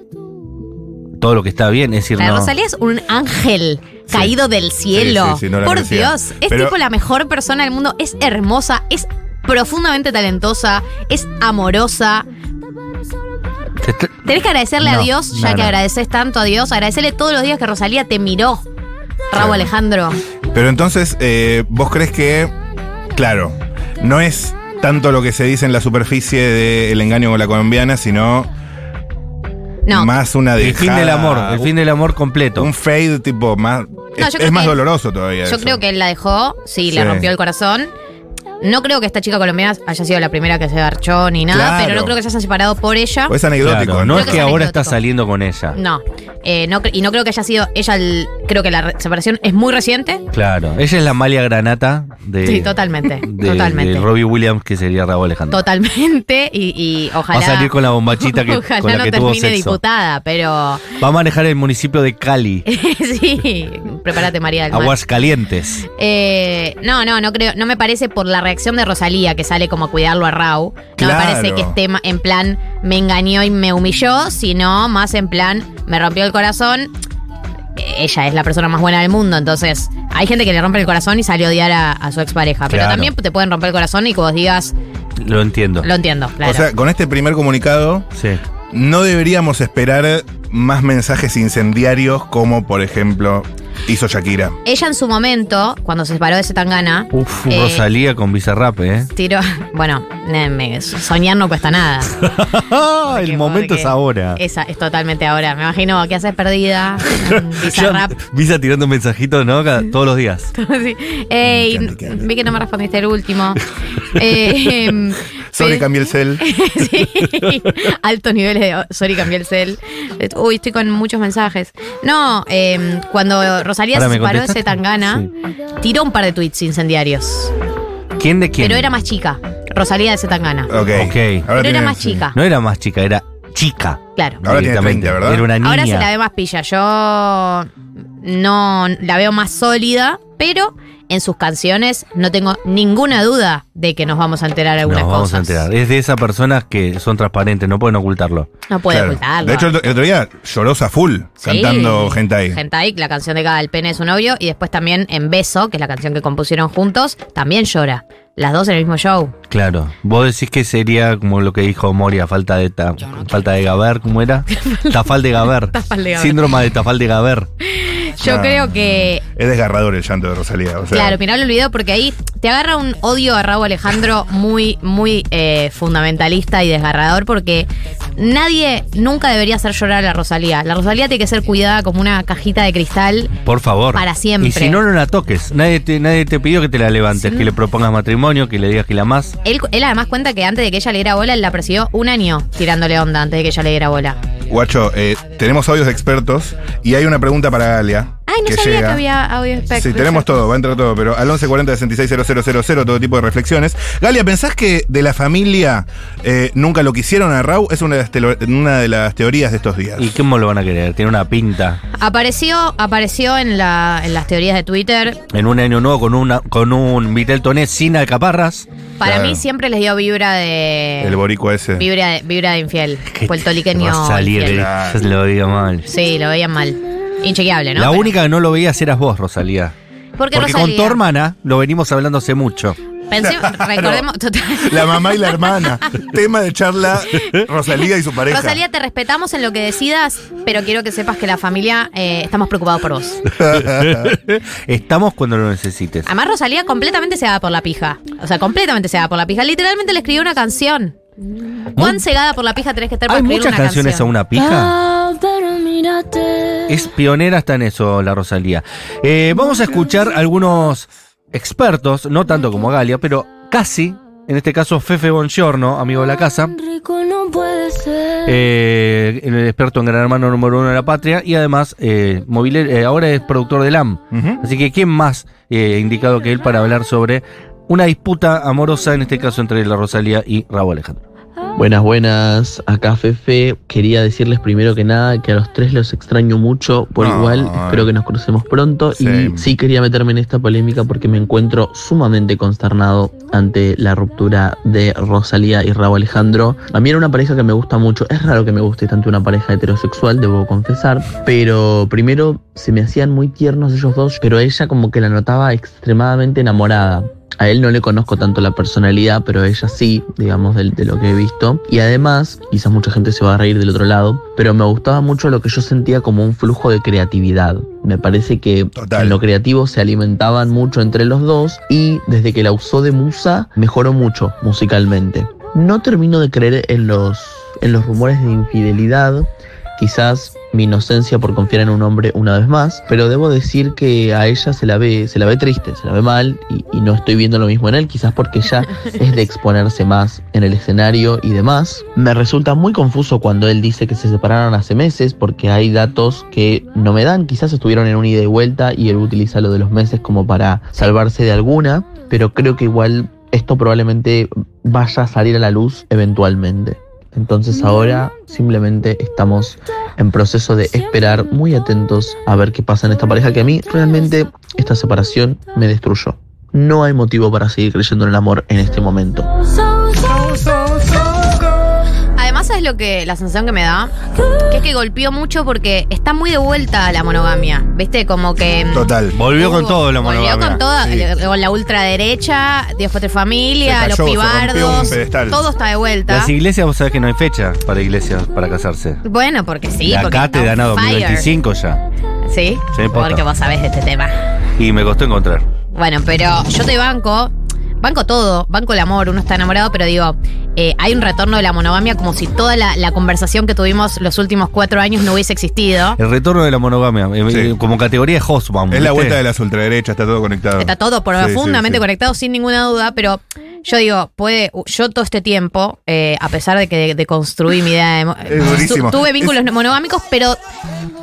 D: todo lo que está bien, es decir,
A: La
D: no.
A: Rosalía es un ángel caído del cielo.
E: sí, sí, no la
A: Por
E: merecía.
A: Dios, es
E: Pero-
A: tipo la mejor persona del mundo. Es hermosa, es profundamente talentosa, es amorosa.
D: Te está-
A: Tenés que agradecerle a
D: No,
A: Dios, ya
D: no,
A: que
D: no.
A: agradeces tanto a Dios. Agradecerle todos los días que Rosalía te miró.
E: Claro.
A: Rabo Alejandro.
E: Pero entonces, eh, ¿vos crees que, claro, no es tanto lo que se dice en la superficie del engaño con la colombiana, sino
A: No.
E: más una
D: El fin
E: dejada,
D: del amor, el fin del amor completo.
E: Un fade tipo más...
A: yo
E: es
A: creo
E: es más
A: que-
E: doloroso todavía.
A: Yo
E: eso.
A: creo que él la dejó, sí, le
E: Sí.
A: rompió el corazón. No creo que esta chica colombiana haya sido la primera que se garchó ni nada,
E: Claro.
A: pero no creo que se hayan separado por ella.
E: O es anecdótico.
D: Claro, no
A: Creo
D: es
A: que
D: que
A: es
D: ahora
A: anecdótico.
D: está saliendo con ella.
A: no, eh, no cre- y no creo que haya sido ella. el- creo que la re- separación es muy reciente.
D: Claro, ella es la Malia Granata de,
A: Sí, totalmente,
D: de-
A: totalmente.
D: de Robbie Williams, que sería Raúl Alejandro.
A: Totalmente, y, y
D: Va
A: ojalá.
D: a salir con la bombachita que,
A: ojalá
D: con la
A: no
D: que tuvo
A: termine
D: sexo.
A: diputada, pero
D: Va a manejar el municipio de Cali,
A: sí, prepárate María del Mar.
D: Aguascalientes.
A: Eh, no, no, no creo, no me parece por la reacción de Rosalía que sale como a cuidarlo a Rau. No
E: Claro.
A: me parece que esté ma- en plan me engañó y me humilló, sino más en plan me rompió el corazón. Eh, Ella es la persona más buena del mundo, entonces hay gente que le rompe el corazón y salió a odiar a, a su expareja. Pero
D: Claro.
A: también te pueden romper el corazón y que vos digas,
D: Lo entiendo.
A: lo entiendo, claro.
E: O sea, con este primer comunicado,
D: Sí.
E: no deberíamos esperar más mensajes incendiarios como, por ejemplo, hizo Shakira.
A: ella en su momento, cuando se separó de Zetangana,
E: Uh.
D: Uf,
A: Eh,
D: Rosalía con Bizarrap, ¿eh?
A: tiró. Bueno, ne- me- soñar no cuesta nada.
D: el
A: Porque-
D: momento es
A: porque
D: ahora.
A: Esa es totalmente ahora. Me imagino que haces perdida. Bizarrap.
D: Ya, Visa tirando mensajitos, ¿no? Cada- todos los días.
A: Sí. Ey,
E: Me encanta,
A: vi que no me respondiste el último. Eh, em,
E: Sorry,
A: pe-
E: cambié el cel.
A: Sí. Altos niveles de. oh, Sorry, cambié el cel. Uy, estoy con muchos mensajes. No, em, cuando Rosalía
D: Ahora,
A: se
D: ¿me
A: separó de
D: contestaste?
A: Zetangana, tiró un par de tweets incendiarios.
D: ¿Quién de quién?
A: Pero era más chica. Rosalía de Zetangana.
E: Ok.
D: Ok.
E: Ahora
A: Pero
E: tiene-
A: era más chica.
D: No era más chica, era chica.
A: Claro.
E: Ahora tiene
D: directamente.
E: 30, ¿verdad?
D: Era una niña.
A: Ahora se la ve más pilla. Yo no la veo más sólida, pero en sus canciones no tengo ninguna duda de que nos vamos a enterar
D: Nos
A: algunas
D: vamos a
A: cosas.
D: enterar. Es de esas personas que son transparentes, no pueden ocultarlo.
A: No puede
E: Claro.
A: ocultarlo.
E: De hecho, el, el otro día llorosa full
A: Sí.
E: cantando gente ahí.
A: Hentai, la canción de cada el pene de su novio, y después también en Beso, que es la canción que compusieron juntos, también llora. Las dos en el mismo show.
D: Claro. Vos decís que sería como lo que dijo Moria, falta de ta- falta de Gaber, ¿cómo era? Tafal de Gaber.
A: Tafal de Gaber.
D: Síndrome de Tafal de Gaber.
A: Yo
E: Ah.
A: creo que
E: Es desgarrador el llanto de Rosalía. o sea,
A: Claro, mirá el video porque ahí te agarra un odio a Raúl Alejandro muy, muy eh, fundamentalista y desgarrador porque nadie nunca debería hacer llorar a la Rosalía. La Rosalía tiene que ser cuidada como una cajita de cristal.
D: Por favor.
A: Para siempre.
D: Y si no, no la toques. Nadie te, nadie te pidió que te la levantes, que le propongas matrimonio, que le digas que la amás.
A: Él, él además cuenta que antes de que ella le diera bola, él la persiguió un año tirándole onda antes de que ella le diera bola.
E: Guacho, eh, tenemos audios de expertos y hay una pregunta para Galia.
A: Ah, Ay, no
E: que
A: sabía
E: llega.
A: que había audio spec.
E: Sí, tenemos todo, va a entrar todo, pero al 1140-660000, todo tipo de reflexiones. Galia, ¿pensás que de la familia eh, nunca lo quisieron a Rau? Es una de, las telo- una de las teorías de estos días.
D: ¿Y cómo lo van a querer? Tiene una pinta.
A: Apareció, apareció en, la, en las teorías de Twitter.
D: En un año nuevo con, una, con un Vitel Toné sin alcaparras.
A: Para
E: Claro.
A: mí siempre les dio vibra de.
E: El boricua ese.
A: Vibra de, vibra de infiel.
D: ¿Qué
A: Puertoliqueño.
D: Va a salir de-
A: infiel.
D: yo se lo veía mal.
A: Sí, lo veían mal. Inchequeable, ¿no?
D: La
A: Pero-
D: única que no lo veías eras vos, Rosalía.
A: Porque,
D: Porque con
A: Rosalía.
D: tu hermana lo venimos hablando hace mucho.
A: Pensé- recordemos. total-
E: La mamá y la hermana. Tema de charla Rosalía y su pareja.
A: Rosalía, te respetamos en lo que decidas, pero quiero que sepas que la familia eh, estamos preocupados por vos.
D: Estamos cuando lo necesites.
A: Además, Rosalía completamente se va por la pija. O sea, completamente se va por la pija. Literalmente le escribió una canción. ¿Cuán cegada por la pija tenés que estar para
D: Hay
A: escribir
D: muchas
A: una
D: canciones
A: canción?
D: a una pija.
C: Ah, pero mírate.
D: Es pionera hasta en eso, la Rosalía. Eh, vamos a escuchar algunos expertos, no tanto como Galia, pero casi. En este caso, Fefe Bongiorno, amigo de la casa.
C: Rico no puede ser.
D: eh, el experto en Gran Hermano número uno de la patria y además eh, mobiler- eh, ahora es productor de LAM.
E: Ujú.
D: Así que, ¿quién más eh, indicado que él para hablar sobre una disputa amorosa, en este caso entre la Rosalía y Raúl Alejandro?
I: Buenas, buenas. Acá Fefe. Quería decirles primero que nada que a los tres los extraño mucho por
E: Ay.
I: igual. Espero que nos crucemos pronto.
E: Sí.
I: Y sí quería meterme en esta polémica porque me encuentro sumamente consternado ante la ruptura de Rosalía y Raúl Alejandro. A mí era una pareja que me gusta mucho. Es raro que me guste tanto una pareja heterosexual, debo confesar. Pero primero se me hacían muy tiernos ellos dos, pero ella como que la notaba extremadamente enamorada. A él no le conozco tanto la personalidad, pero ella sí, digamos, del- de, lo que he visto. Y además, quizás mucha gente se va a reír del otro lado, pero me gustaba mucho lo que yo sentía como un flujo de creatividad. Me parece que
E: Total.
I: en lo creativo se alimentaban mucho entre los dos y desde que la usó de musa mejoró mucho musicalmente. No termino de creer en los, en los rumores de infidelidad, quizás mi inocencia por confiar en un hombre una vez más, pero debo decir que a ella se la ve, se la ve triste, se la ve mal y, y no estoy viendo lo mismo en él, quizás porque ella es de exponerse más en el escenario y demás. Me resulta muy confuso cuando él dice que se separaron hace meses porque hay datos que no me dan, quizás estuvieron en un ida y vuelta y él utiliza lo de los meses como para salvarse de alguna, pero creo que igual esto probablemente vaya a salir a la luz eventualmente. Entonces ahora simplemente estamos en proceso de esperar muy atentos a ver qué pasa en esta pareja que a mí realmente esta separación me destruyó. No hay motivo para seguir creyendo en el amor en este momento.
C: So, so, so, so, so.
A: Además, es lo que la sensación que me da, que es que golpeó mucho porque está muy de vuelta a la monogamia. ¿Viste? Como que. mm,
E: Total.
D: Volvió con
A: hubo-
D: todo la monogamia.
A: Volvió con toda,
E: Sí.
A: eh, con la ultraderecha, Dios Patria Familia,
E: Se cayó,
A: los
E: se rompió un
A: pibardos.
E: pedestal.
A: Todo está de vuelta.
D: Las iglesias, vos sabés que no hay fecha para iglesias para casarse.
A: Bueno, porque sí.
D: la
A: porque
D: cátedra
A: está
D: no,
A: on fire.
D: 2025 ya.
A: Sí,
D: Sí, posta.
A: porque vos sabés de este tema.
D: Y me costó encontrar.
A: Bueno, pero yo te banco, banco todo, banco el amor, uno está enamorado, pero digo, eh, hay un retorno de la monogamia como si toda la, la conversación que tuvimos los últimos cuatro años no hubiese existido.
D: El retorno de la monogamia, eh,
E: Sí.
D: eh, como categoría Hosbaum.
E: Es la vuelta de las ultraderechas, está todo conectado.
A: Está todo profundamente conectado, sin ninguna duda, pero yo digo, puede, yo todo este tiempo, eh, a pesar de que deconstruí mi idea de mo-
E: Es durísimo.
A: tuve vínculos monogámicos, pero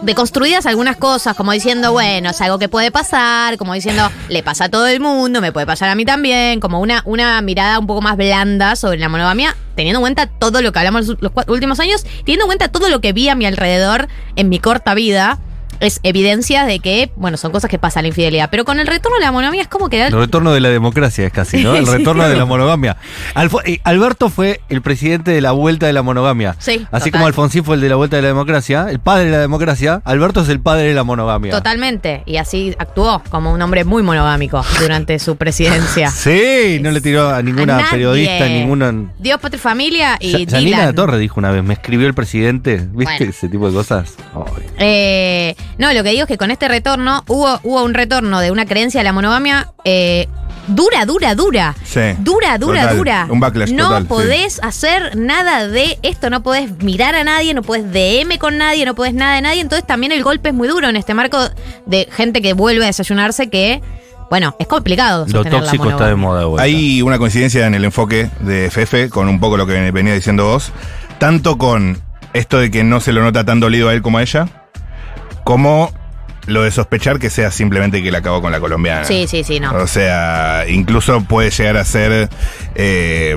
A: deconstruidas algunas cosas, como diciendo, bueno, es algo que puede pasar, como diciendo, le pasa a todo el mundo, me puede pasar a mí también, como una, una mirada un poco más blanda sobre la monogamia, teniendo en cuenta todo lo que hablamos los, los cua- últimos años, teniendo en cuenta todo lo que vi a mi alrededor en mi corta vida. Es evidencia de que, bueno, son cosas que pasan la infidelidad. Pero con el retorno de la monogamia es como que
D: El retorno de la democracia es casi, ¿no? El retorno de la monogamia. Alfo- eh, Alberto fue el presidente de la vuelta de la monogamia.
A: Sí,
D: Así
A: total.
D: como Alfonsín fue el de la vuelta de la democracia, el padre de la democracia, Alberto es el padre de la monogamia.
A: Totalmente. Y así actuó como un hombre muy monogámico durante su presidencia.
D: Sí, no le tiró a ninguna
A: A nadie.
D: periodista, ninguna.
A: Dios, patria y familia y
K: Eh,
D: Sa- Janina
A: Dylan.
D: La Torre dijo una vez, me escribió el presidente, ¿viste?
A: Bueno.
D: Ese tipo de cosas. Ay.
A: Eh, no, lo que digo es que con este retorno hubo, hubo un retorno de una creencia de la monogamia eh, dura, dura, dura.
E: Sí.
A: Dura, dura,
E: Total.
A: dura.
E: Un backlash
A: No
E: total, sí.
A: podés hacer nada de esto, no podés mirar a nadie, no podés DM con nadie, no podés nada de nadie. Entonces también el golpe es muy duro en este marco de gente que vuelve a desayunarse que, bueno, es complicado.
D: Lo
A: sostener la
D: tóxico está de
A: monogamia.
D: moda, güey.
E: Hay una coincidencia en el enfoque de Fefe con un poco lo que venía diciendo vos, tanto con esto de que no se lo nota tan dolido a él como a ella, como lo de sospechar que sea simplemente que le acabó con la colombiana.
A: Sí, sí, sí, no.
E: O sea, incluso puede llegar a ser eh,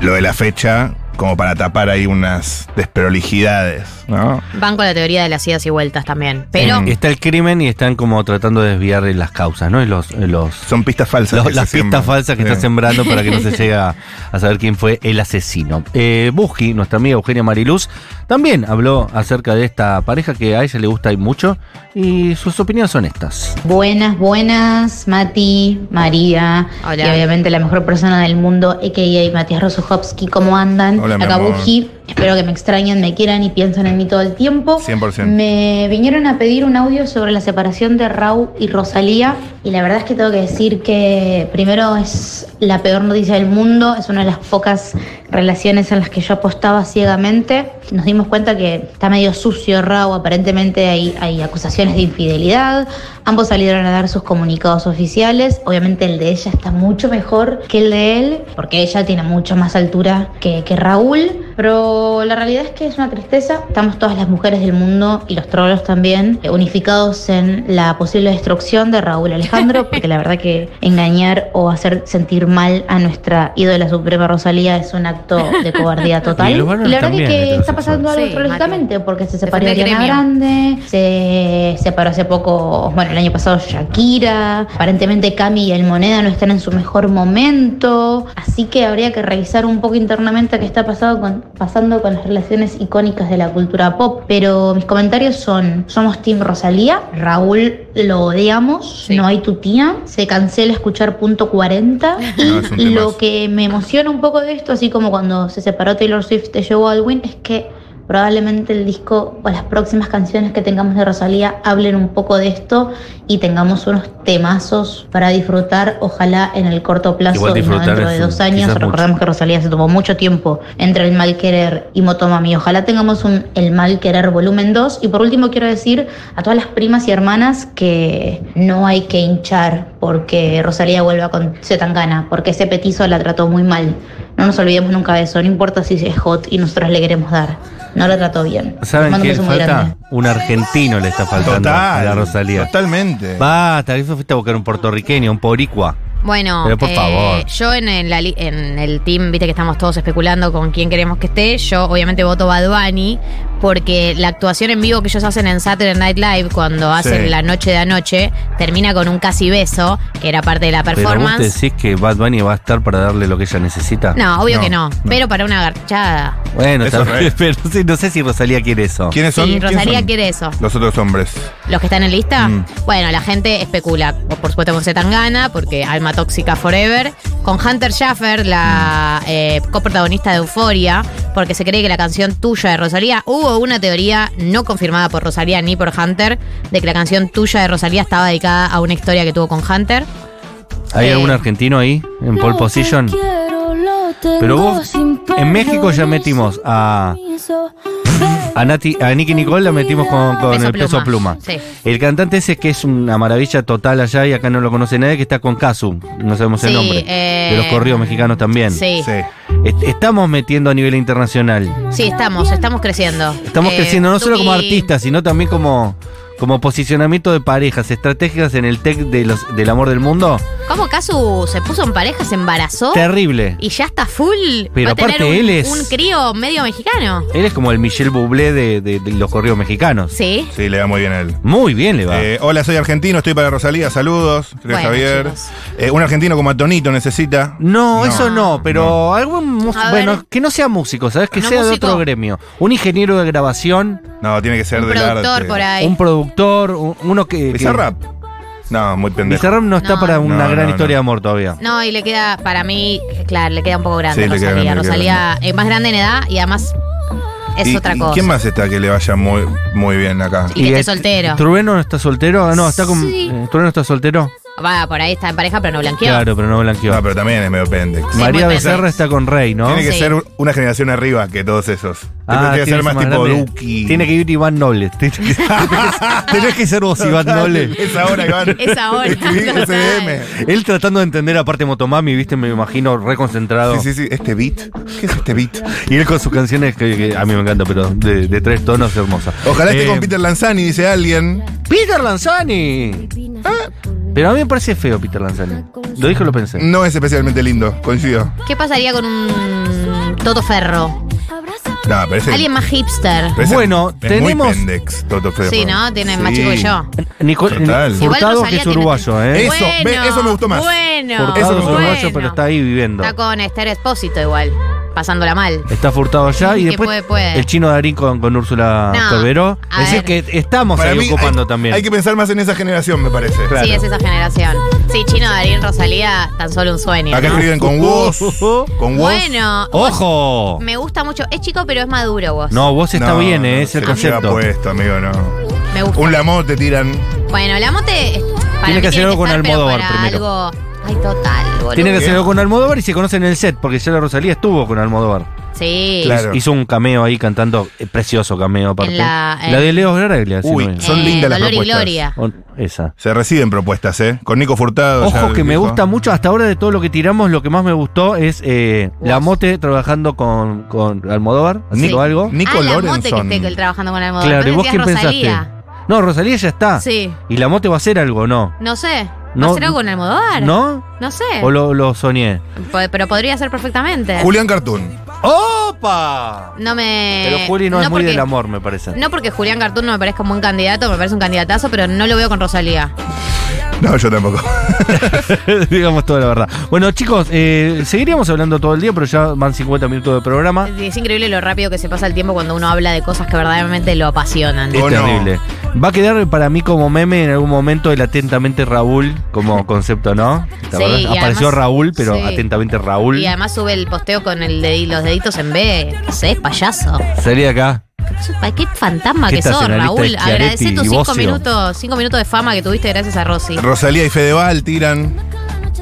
E: lo de la fecha como para tapar ahí unas desprolijidades, ¿no?
A: Van con la teoría de las idas y vueltas también. Pero
D: Está el crimen y están como tratando de desviar las causas, ¿no? Y los, eh, los,
E: Son pistas falsas.
D: Lo-
E: que se
D: las pistas
E: siembran.
D: falsas que em-
E: Sí.
D: está sembrando para que no se llegue a, a saber quién fue el asesino. Eh, Busqui, nuestra amiga Eugenia Mariluz, también habló acerca de esta pareja que a ella le gusta y mucho y sus opiniones son estas.
K: Buenas, buenas, Mati, María,
A: Hola.
K: y obviamente la mejor persona del mundo, a.k.a. Matías Rosojovsky, ¿cómo andan?
E: Hola, mi
K: Acá
E: amor.
K: Buji, espero que me extrañen, me quieran y piensen en mí todo el tiempo.
E: 100%.
K: Me vinieron a pedir un audio sobre la separación de Raúl y Rosalía, y la verdad es que tengo que decir que primero es la peor noticia del mundo, es una de las pocas relaciones en las que yo apostaba ciegamente. Nos dimos cuenta que está medio sucio Raúl, aparentemente hay, hay acusaciones de infidelidad, ambos salieron a dar sus comunicados oficiales, obviamente el de ella está mucho mejor que el de él, porque ella tiene mucha más altura que, que Raúl, pero la realidad es que es una tristeza, estamos todas las mujeres del mundo y los trolos también eh, unificados en la posible destrucción de Raúl Alejandro, porque la verdad que engañar o hacer sentir mal a nuestra ídola suprema Rosalía es un acto de cobardía total.
D: Y los varones
K: la verdad que,
D: también,
K: que está
D: heterosexuales.
K: pasando algo
A: Sí,
K: trológicamente, porque se separó
A: Defende el
K: Ariana
A: gremio.
K: Grande, se separó hace poco, bueno, el año pasado Shakira, aparentemente Cami y el Moneda no están en su mejor momento, así que habría que revisar un poco internamente qué está pasado con, pasando con las relaciones icónicas de la cultura pop, pero mis comentarios son, somos Team Rosalía, Raúl lo odiamos,
A: Sí.
K: no hay tutía, se cancela escuchar punto 40
E: No, es un
K: y
E: temazo.
K: lo que me emociona un poco de esto, así como cuando se separó Taylor Swift de Joe Alwyn, es que probablemente el disco o las próximas canciones que tengamos de Rosalía hablen un poco de esto y tengamos unos temazos para disfrutar, ojalá en el corto plazo,
D: Igual
K: y no
D: disfrutar
K: dentro de
D: es un-
K: dos años.
D: quizás mucho.
K: Recordemos que Rosalía se tomó mucho tiempo entre El Mal Querer y Motomami. Ojalá tengamos un El Mal Querer volumen 2. Y por último quiero decir a todas las primas y hermanas que no hay que hinchar porque Rosalía vuelva con Zetangana, porque ese petizo la trató muy mal. No nos olvidemos nunca de eso, no importa si es hot y nosotros le queremos dar. No la trató bien. Les
D: ¿Saben
K: mando un
D: qué
K: beso muy grande.
D: falta? Un argentino le está faltando a
E: Total.
D: la Rosalía.
E: Totalmente.
D: Basta, que fuiste a buscar un puertorriqueño, un poricua.
A: Bueno,
D: Pero por
A: eh,
D: favor.
A: yo en, el- la li- en el team, viste que estamos todos especulando con quién queremos que esté. Yo obviamente voto Bad Bunny porque la actuación en vivo que ellos hacen en Saturday Night Live cuando hacen
E: Sí.
A: la noche de anoche termina con un casi beso, que era parte de la
D: Pero vos
A: performance.
D: te decís que Bad Bunny va a estar para darle lo que ella necesita.
A: no, obvio
E: No,
A: que no,
E: no.
A: pero para una garchada.
D: Bueno,
E: Eso
D: está bien,
E: es
D: pero sí, no sé si Rosalía quiere eso.
E: ¿Quiénes son?
A: Sí,
E: ¿Quiénes
A: Rosalía
E: son?
A: quiere eso.
E: Los otros hombres.
A: ¿Los que están en lista?
E: Mm.
A: Bueno, la gente especula, o por supuesto con Zetangana, porque alma tóxica forever, con Hunter Schaffer,
D: Mm.
A: la eh, coprotagonista de Euforia, porque se cree que la canción tuya de Rosalía, hubo una teoría no confirmada por Rosalía ni por Hunter, de que la canción tuya de Rosalía estaba dedicada a una historia que tuvo con Hunter.
D: ¿Hay
A: Eh,
D: algún argentino ahí en pole position? Pero
C: Pero
D: vos, en México ya metimos a- A, Nati, a Nicky Nicole la metimos con, con
A: Peso
D: el peso
A: Pluma.
D: pluma.
A: Sí.
D: El cantante ese que es una maravilla total allá y acá no lo conoce nadie, que está con Casu, no sabemos
A: Sí,
D: el nombre.
A: eh,
D: de los corridos mexicanos también.
A: Sí. sí.
D: Est- estamos metiendo a nivel internacional.
A: estamos, estamos creciendo.
D: Estamos
A: Eh,
D: creciendo no solo como
A: Tuki-
D: artistas, sino también como, como posicionamiento de parejas estratégicas en el tech de los, del amor del mundo.
A: ¿Cómo Casu se puso en pareja, se embarazó?
D: Terrible.
A: Y ya está full.
D: Pero
A: Va a tener
D: aparte
A: un,
D: él es-
A: un crío medio mexicano.
D: Él es como el Michel Bublé de, de- de los corridos mexicanos.
A: Sí.
E: Sí, le va muy bien a él.
D: Muy bien le va.
E: Eh, hola, soy argentino, estoy para Rosalía, saludos. Creo
A: Bueno,
E: Javier.
A: chicos.
E: Eh, un argentino como Atonito necesita.
D: No,
E: No.
D: eso no, pero algún mus-
A: A ver.
D: bueno, que no sea músico, ¿sabes? Que
A: No
D: sea de
A: músico.
D: otro gremio. Un ingeniero de grabación,
E: No, tiene que ser
A: Un
E: del arte.
A: productor por ahí.
D: un productor, un- uno que.
E: Bizarrap. No, muy
D: que-
E: pendejo.
D: Bizarrap no está
A: No.
D: para una
E: No,
D: gran
E: no,
D: historia
E: no.
D: de amor todavía.
A: No, y le queda, para mí, claro, le queda un poco grande
E: Sí, le queda
A: Rosalía.
E: grande, le queda
A: Rosalía es más grande en edad y además es
E: ¿Y-
A: otra
E: y
A: cosa.
E: ¿Quién más está que le vaya muy, muy bien acá?
A: Y que esté
D: eh,
A: soltero.
D: ¿Trueno no está soltero? Ah, No, está con. eh, ¿Trueno está soltero?
A: va, por ahí está en pareja, pero no blanqueó.
D: Claro, pero no blanqueó.
E: No, Ah, pero también es medio pendex.
D: María
A: muy
D: Becerra
A: pendex.
D: está con Rey, ¿no?
E: Tiene que
A: Sí.
E: ser una generación arriba que todos esos.
D: Ah,
E: tiene que ser más tipo
D: grande.
E: Duki.
D: Tiene que ir Iván Noble. Tenés que, tenés que ser vos, Iván Noble.
E: Es ahora, Iván.
A: Es ahora,
E: Escribí
A: total.
E: SDM.
D: Él tratando de entender aparte Motomami, viste, me imagino reconcentrado.
E: Sí, sí, sí. Este beat. ¿Qué es este beat?
D: Y él con sus canciones que, que a mí me encanta, pero de, de tres tonos hermosa.
E: Ojalá esté
D: Eh,
E: con Peter Lanzani, dice alguien.
D: Peter Lanzani. Ah, Pero a mí me parece feo Peter Lanzani. Lo dije o lo pensé.
E: No es especialmente lindo, coincido.
A: ¿Qué pasaría con un Toto Ferro?
E: No, pero ese-
A: Alguien más hipster.
E: pero ese
D: Bueno,
E: es
D: tenemos-
E: Muy pendex, Toto Ferro.
A: Sí, ¿no? Tiene más
E: Sí.
A: chico que yo.
D: Nico,
E: Total.
D: Ni-
E: Igual
D: Hurtado, que
A: Rosalía
D: es
A: tiene-
D: uruguayo, ¿eh?
E: Eso, ve, eso me gustó más.
A: Bueno.
D: Furtado es
E: Eso me
D: uruguayo,
A: bueno.
D: pero está ahí viviendo.
A: Está con Esther Espósito igual, pasándola mal.
D: Está furtado allá y
A: Que
D: después
A: puede, puede.
D: el chino Darín con, con Úrsula
A: No,
D: Corberó.
A: a
D: Es decir,
A: ver.
D: que estamos
E: Para
D: ahí
E: mí
D: ocupando
E: hay,
D: también.
E: Hay que pensar más en esa generación, me parece.
D: Claro.
A: Sí, es esa generación. Sí, Chino, Darín, Rosalía, tan solo un sueño.
E: Acá
A: ¿no?
E: escriben con vos. Con vos.
A: Bueno,
D: ¡Ojo!
A: me gusta mucho. Es chico, pero es maduro vos.
D: Oh. No, vos está bien, ¿eh? es el
E: se pues. lleva
D: concepto.
E: puesto, amigo, no.
A: Me gusta.
E: Un lamote tiran.
A: Bueno, la mote es- para
D: Tiene
A: mí
D: que hacer algo con
A: estar, pero
D: Almodóvar
A: para
D: primero.
A: Algo... Ay, total, boludo.
D: Tiene que ser con Almodóvar y se conocen en el set, porque ya la Rosalía estuvo con Almodóvar.
A: Sí.
E: Claro.
D: Hizo un cameo ahí cantando, eh, precioso cameo aparte.
A: En la- en-
D: de Leo Garaglia, si
E: Uy,
D: no es.
E: son
A: Eh,
E: lindas las
A: Dolor y
E: propuestas.
A: Gloria.
D: O- Esa.
E: Se reciben propuestas, ¿eh? Con Nico Furtado.
D: Ojo
E: ya
D: que me
E: dijo.
D: gusta mucho, hasta ahora de todo lo que tiramos, lo que más me gustó es eh, la mote trabajando con, con Almodóvar, haciendo
A: Sí.
D: algo.
E: Nico
A: ah, la mote
E: Lorenzo.
A: que esté trabajando con Almodóvar.
D: Claro,
A: Pensé
D: ¿y vos
A: que
D: qué
A: es
D: pensaste?
A: Rosalía.
D: No, Rosalía ya está.
A: Sí.
D: ¿Y la mote va a hacer algo no?
A: No sé. ¿Va
D: No-
A: a hacer algo con Almodóvar?
D: ¿No?
A: No sé.
D: ¿O lo, lo soñé?
A: Po- Pero podría ser perfectamente.
E: Julián Cartoon.
D: ¡Opa!
A: No me.
D: Pero Juli no, es
A: Eh,
D: muy
A: porque-
D: del amor, me parece.
A: No porque Julián Cartoon no me parezca un buen candidato, me parece un candidatazo, pero no lo veo con Rosalía.
E: No, yo tampoco.
D: Digamos toda la verdad. Bueno, chicos, eh, seguiríamos hablando todo el día, pero ya van 50 minutos de programa.
A: Es increíble lo rápido que se pasa el tiempo cuando uno habla de cosas que verdaderamente lo apasionan.
D: Es
E: ¿O no?
D: terrible. Va a quedar para mí como meme en algún momento el atentamente Raúl como concepto, ¿no? ¿Te
A: Sí,
D: acordás?
A: y
D: Apareció
A: además-
D: Raúl, pero
A: sí.
D: atentamente Raúl.
A: Y además sube el posteo con el de, los deditos en B. ¿Qué sé, payaso?
D: Salí de acá.
A: ¿Qué, qué fantasma
D: ¿Qué
A: que
D: estás
A: sos,
D: en la lista
A: Raúl?
D: de Chiaretti
A: Agradecé tus
D: y
A: cinco
D: Bossio?
A: minutos, cinco minutos de fama que tuviste gracias a Rosy.
E: Rosalía y Fedeval tiran.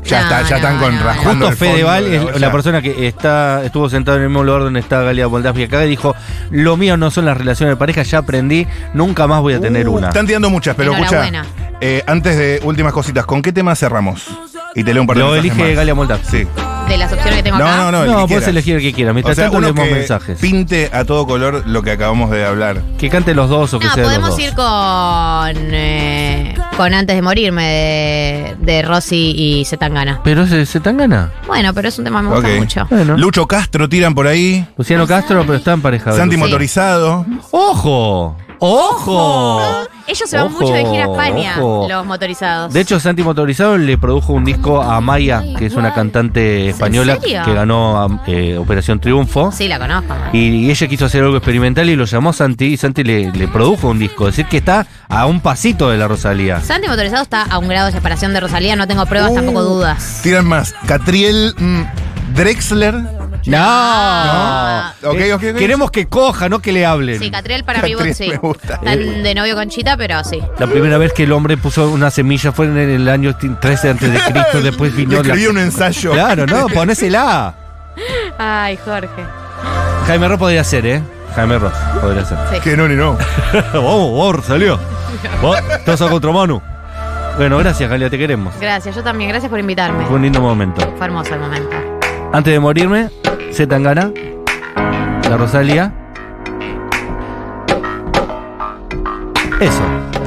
E: Ya
A: No,
E: está, ya
A: no,
E: están con
A: no.
E: rasgando
D: Justo
E: el fondo
D: Fedeval
E: de
D: es
E: olla.
D: la persona que está estuvo sentado en el mismo lugar donde está Galia Moldavia acá y dijo, lo mío no son las relaciones de pareja, ya aprendí, nunca más voy a tener
E: Uh,
D: una.
E: Están tirando muchas, pero escucha.
A: Enhorabuena.
E: eh, antes de últimas cositas, ¿con qué tema cerramos? Y te leo un par de
D: Lo
E: mensajes
D: elige
E: más.
D: Galia Moldavia.
E: Sí.
A: De las opciones que tengo
E: No,
A: acá.
E: no, no. el
D: No,
E: que
D: puedes
E: quieras.
D: elegir el que quieras.
E: O
D: Mientras
E: sea,
D: tanto
E: uno
D: leemos
E: que
D: mensajes.
E: pinte a todo color lo que acabamos de hablar.
D: Que cante los dos o que
A: No,
D: sea de los
A: podemos
D: dos.
A: ir con eh, con Antes de Morirme de, de Rosy y Zetangana.
D: Pero se, se tan gana.
A: Bueno, pero es un tema que me gusta
E: Ok.
A: mucho.
D: Bueno.
E: Lucho Castro tiran por ahí.
D: Luciano Castro, pero está en pareja. de
E: Santi
D: Luciano.
E: Motorizado.
D: ¡Ojo! ¡Ojo!
A: Ellos se van
D: Ojo,
A: mucho de gira a España,
D: ojo.
A: los motorizados.
D: De hecho, Santi Motorizado le produjo un disco a Maya, que es una cantante española
A: ¿En serio?
D: que ganó eh, Operación Triunfo.
A: sí, la conozco.
D: Y, y ella quiso hacer algo experimental y lo llamó Santi y Santi le, le produjo un disco. Es decir, que está a un pasito de la Rosalía.
A: Santi Motorizado está a un grado de separación de Rosalía, no tengo pruebas,
E: Uh,
A: tampoco dudas.
E: Tiran más. Catriel mm, Drexler.
D: ¡No!
E: No. Ok,
D: Eh,
E: ok, ok.
D: Queremos que coja, no que le hablen.
A: Sí, Catriel para mí,
E: Catriel
A: vos sí.
E: me gusta.
A: Están de novio con Chita, pero sí.
D: La primera vez que el hombre puso una semilla fue en el año 13 antes de Cristo, después
E: Le
D: vino la...
E: escribí un ensayo.
D: Claro, no, ponésela.
A: Ay, Jorge.
D: Jaime Ross podría ser, ¿eh? Jaime Ross podría ser.
E: Que no, ni no.
D: Vamos, vamos, salió. Vos, estás a contramano. Bueno, gracias, Galia, te queremos.
A: Gracias, yo también. Gracias por invitarme.
D: Fue un lindo momento.
A: Fue hermoso el momento.
D: Antes de morirme, Z Tangana, la Rosalía. Eso.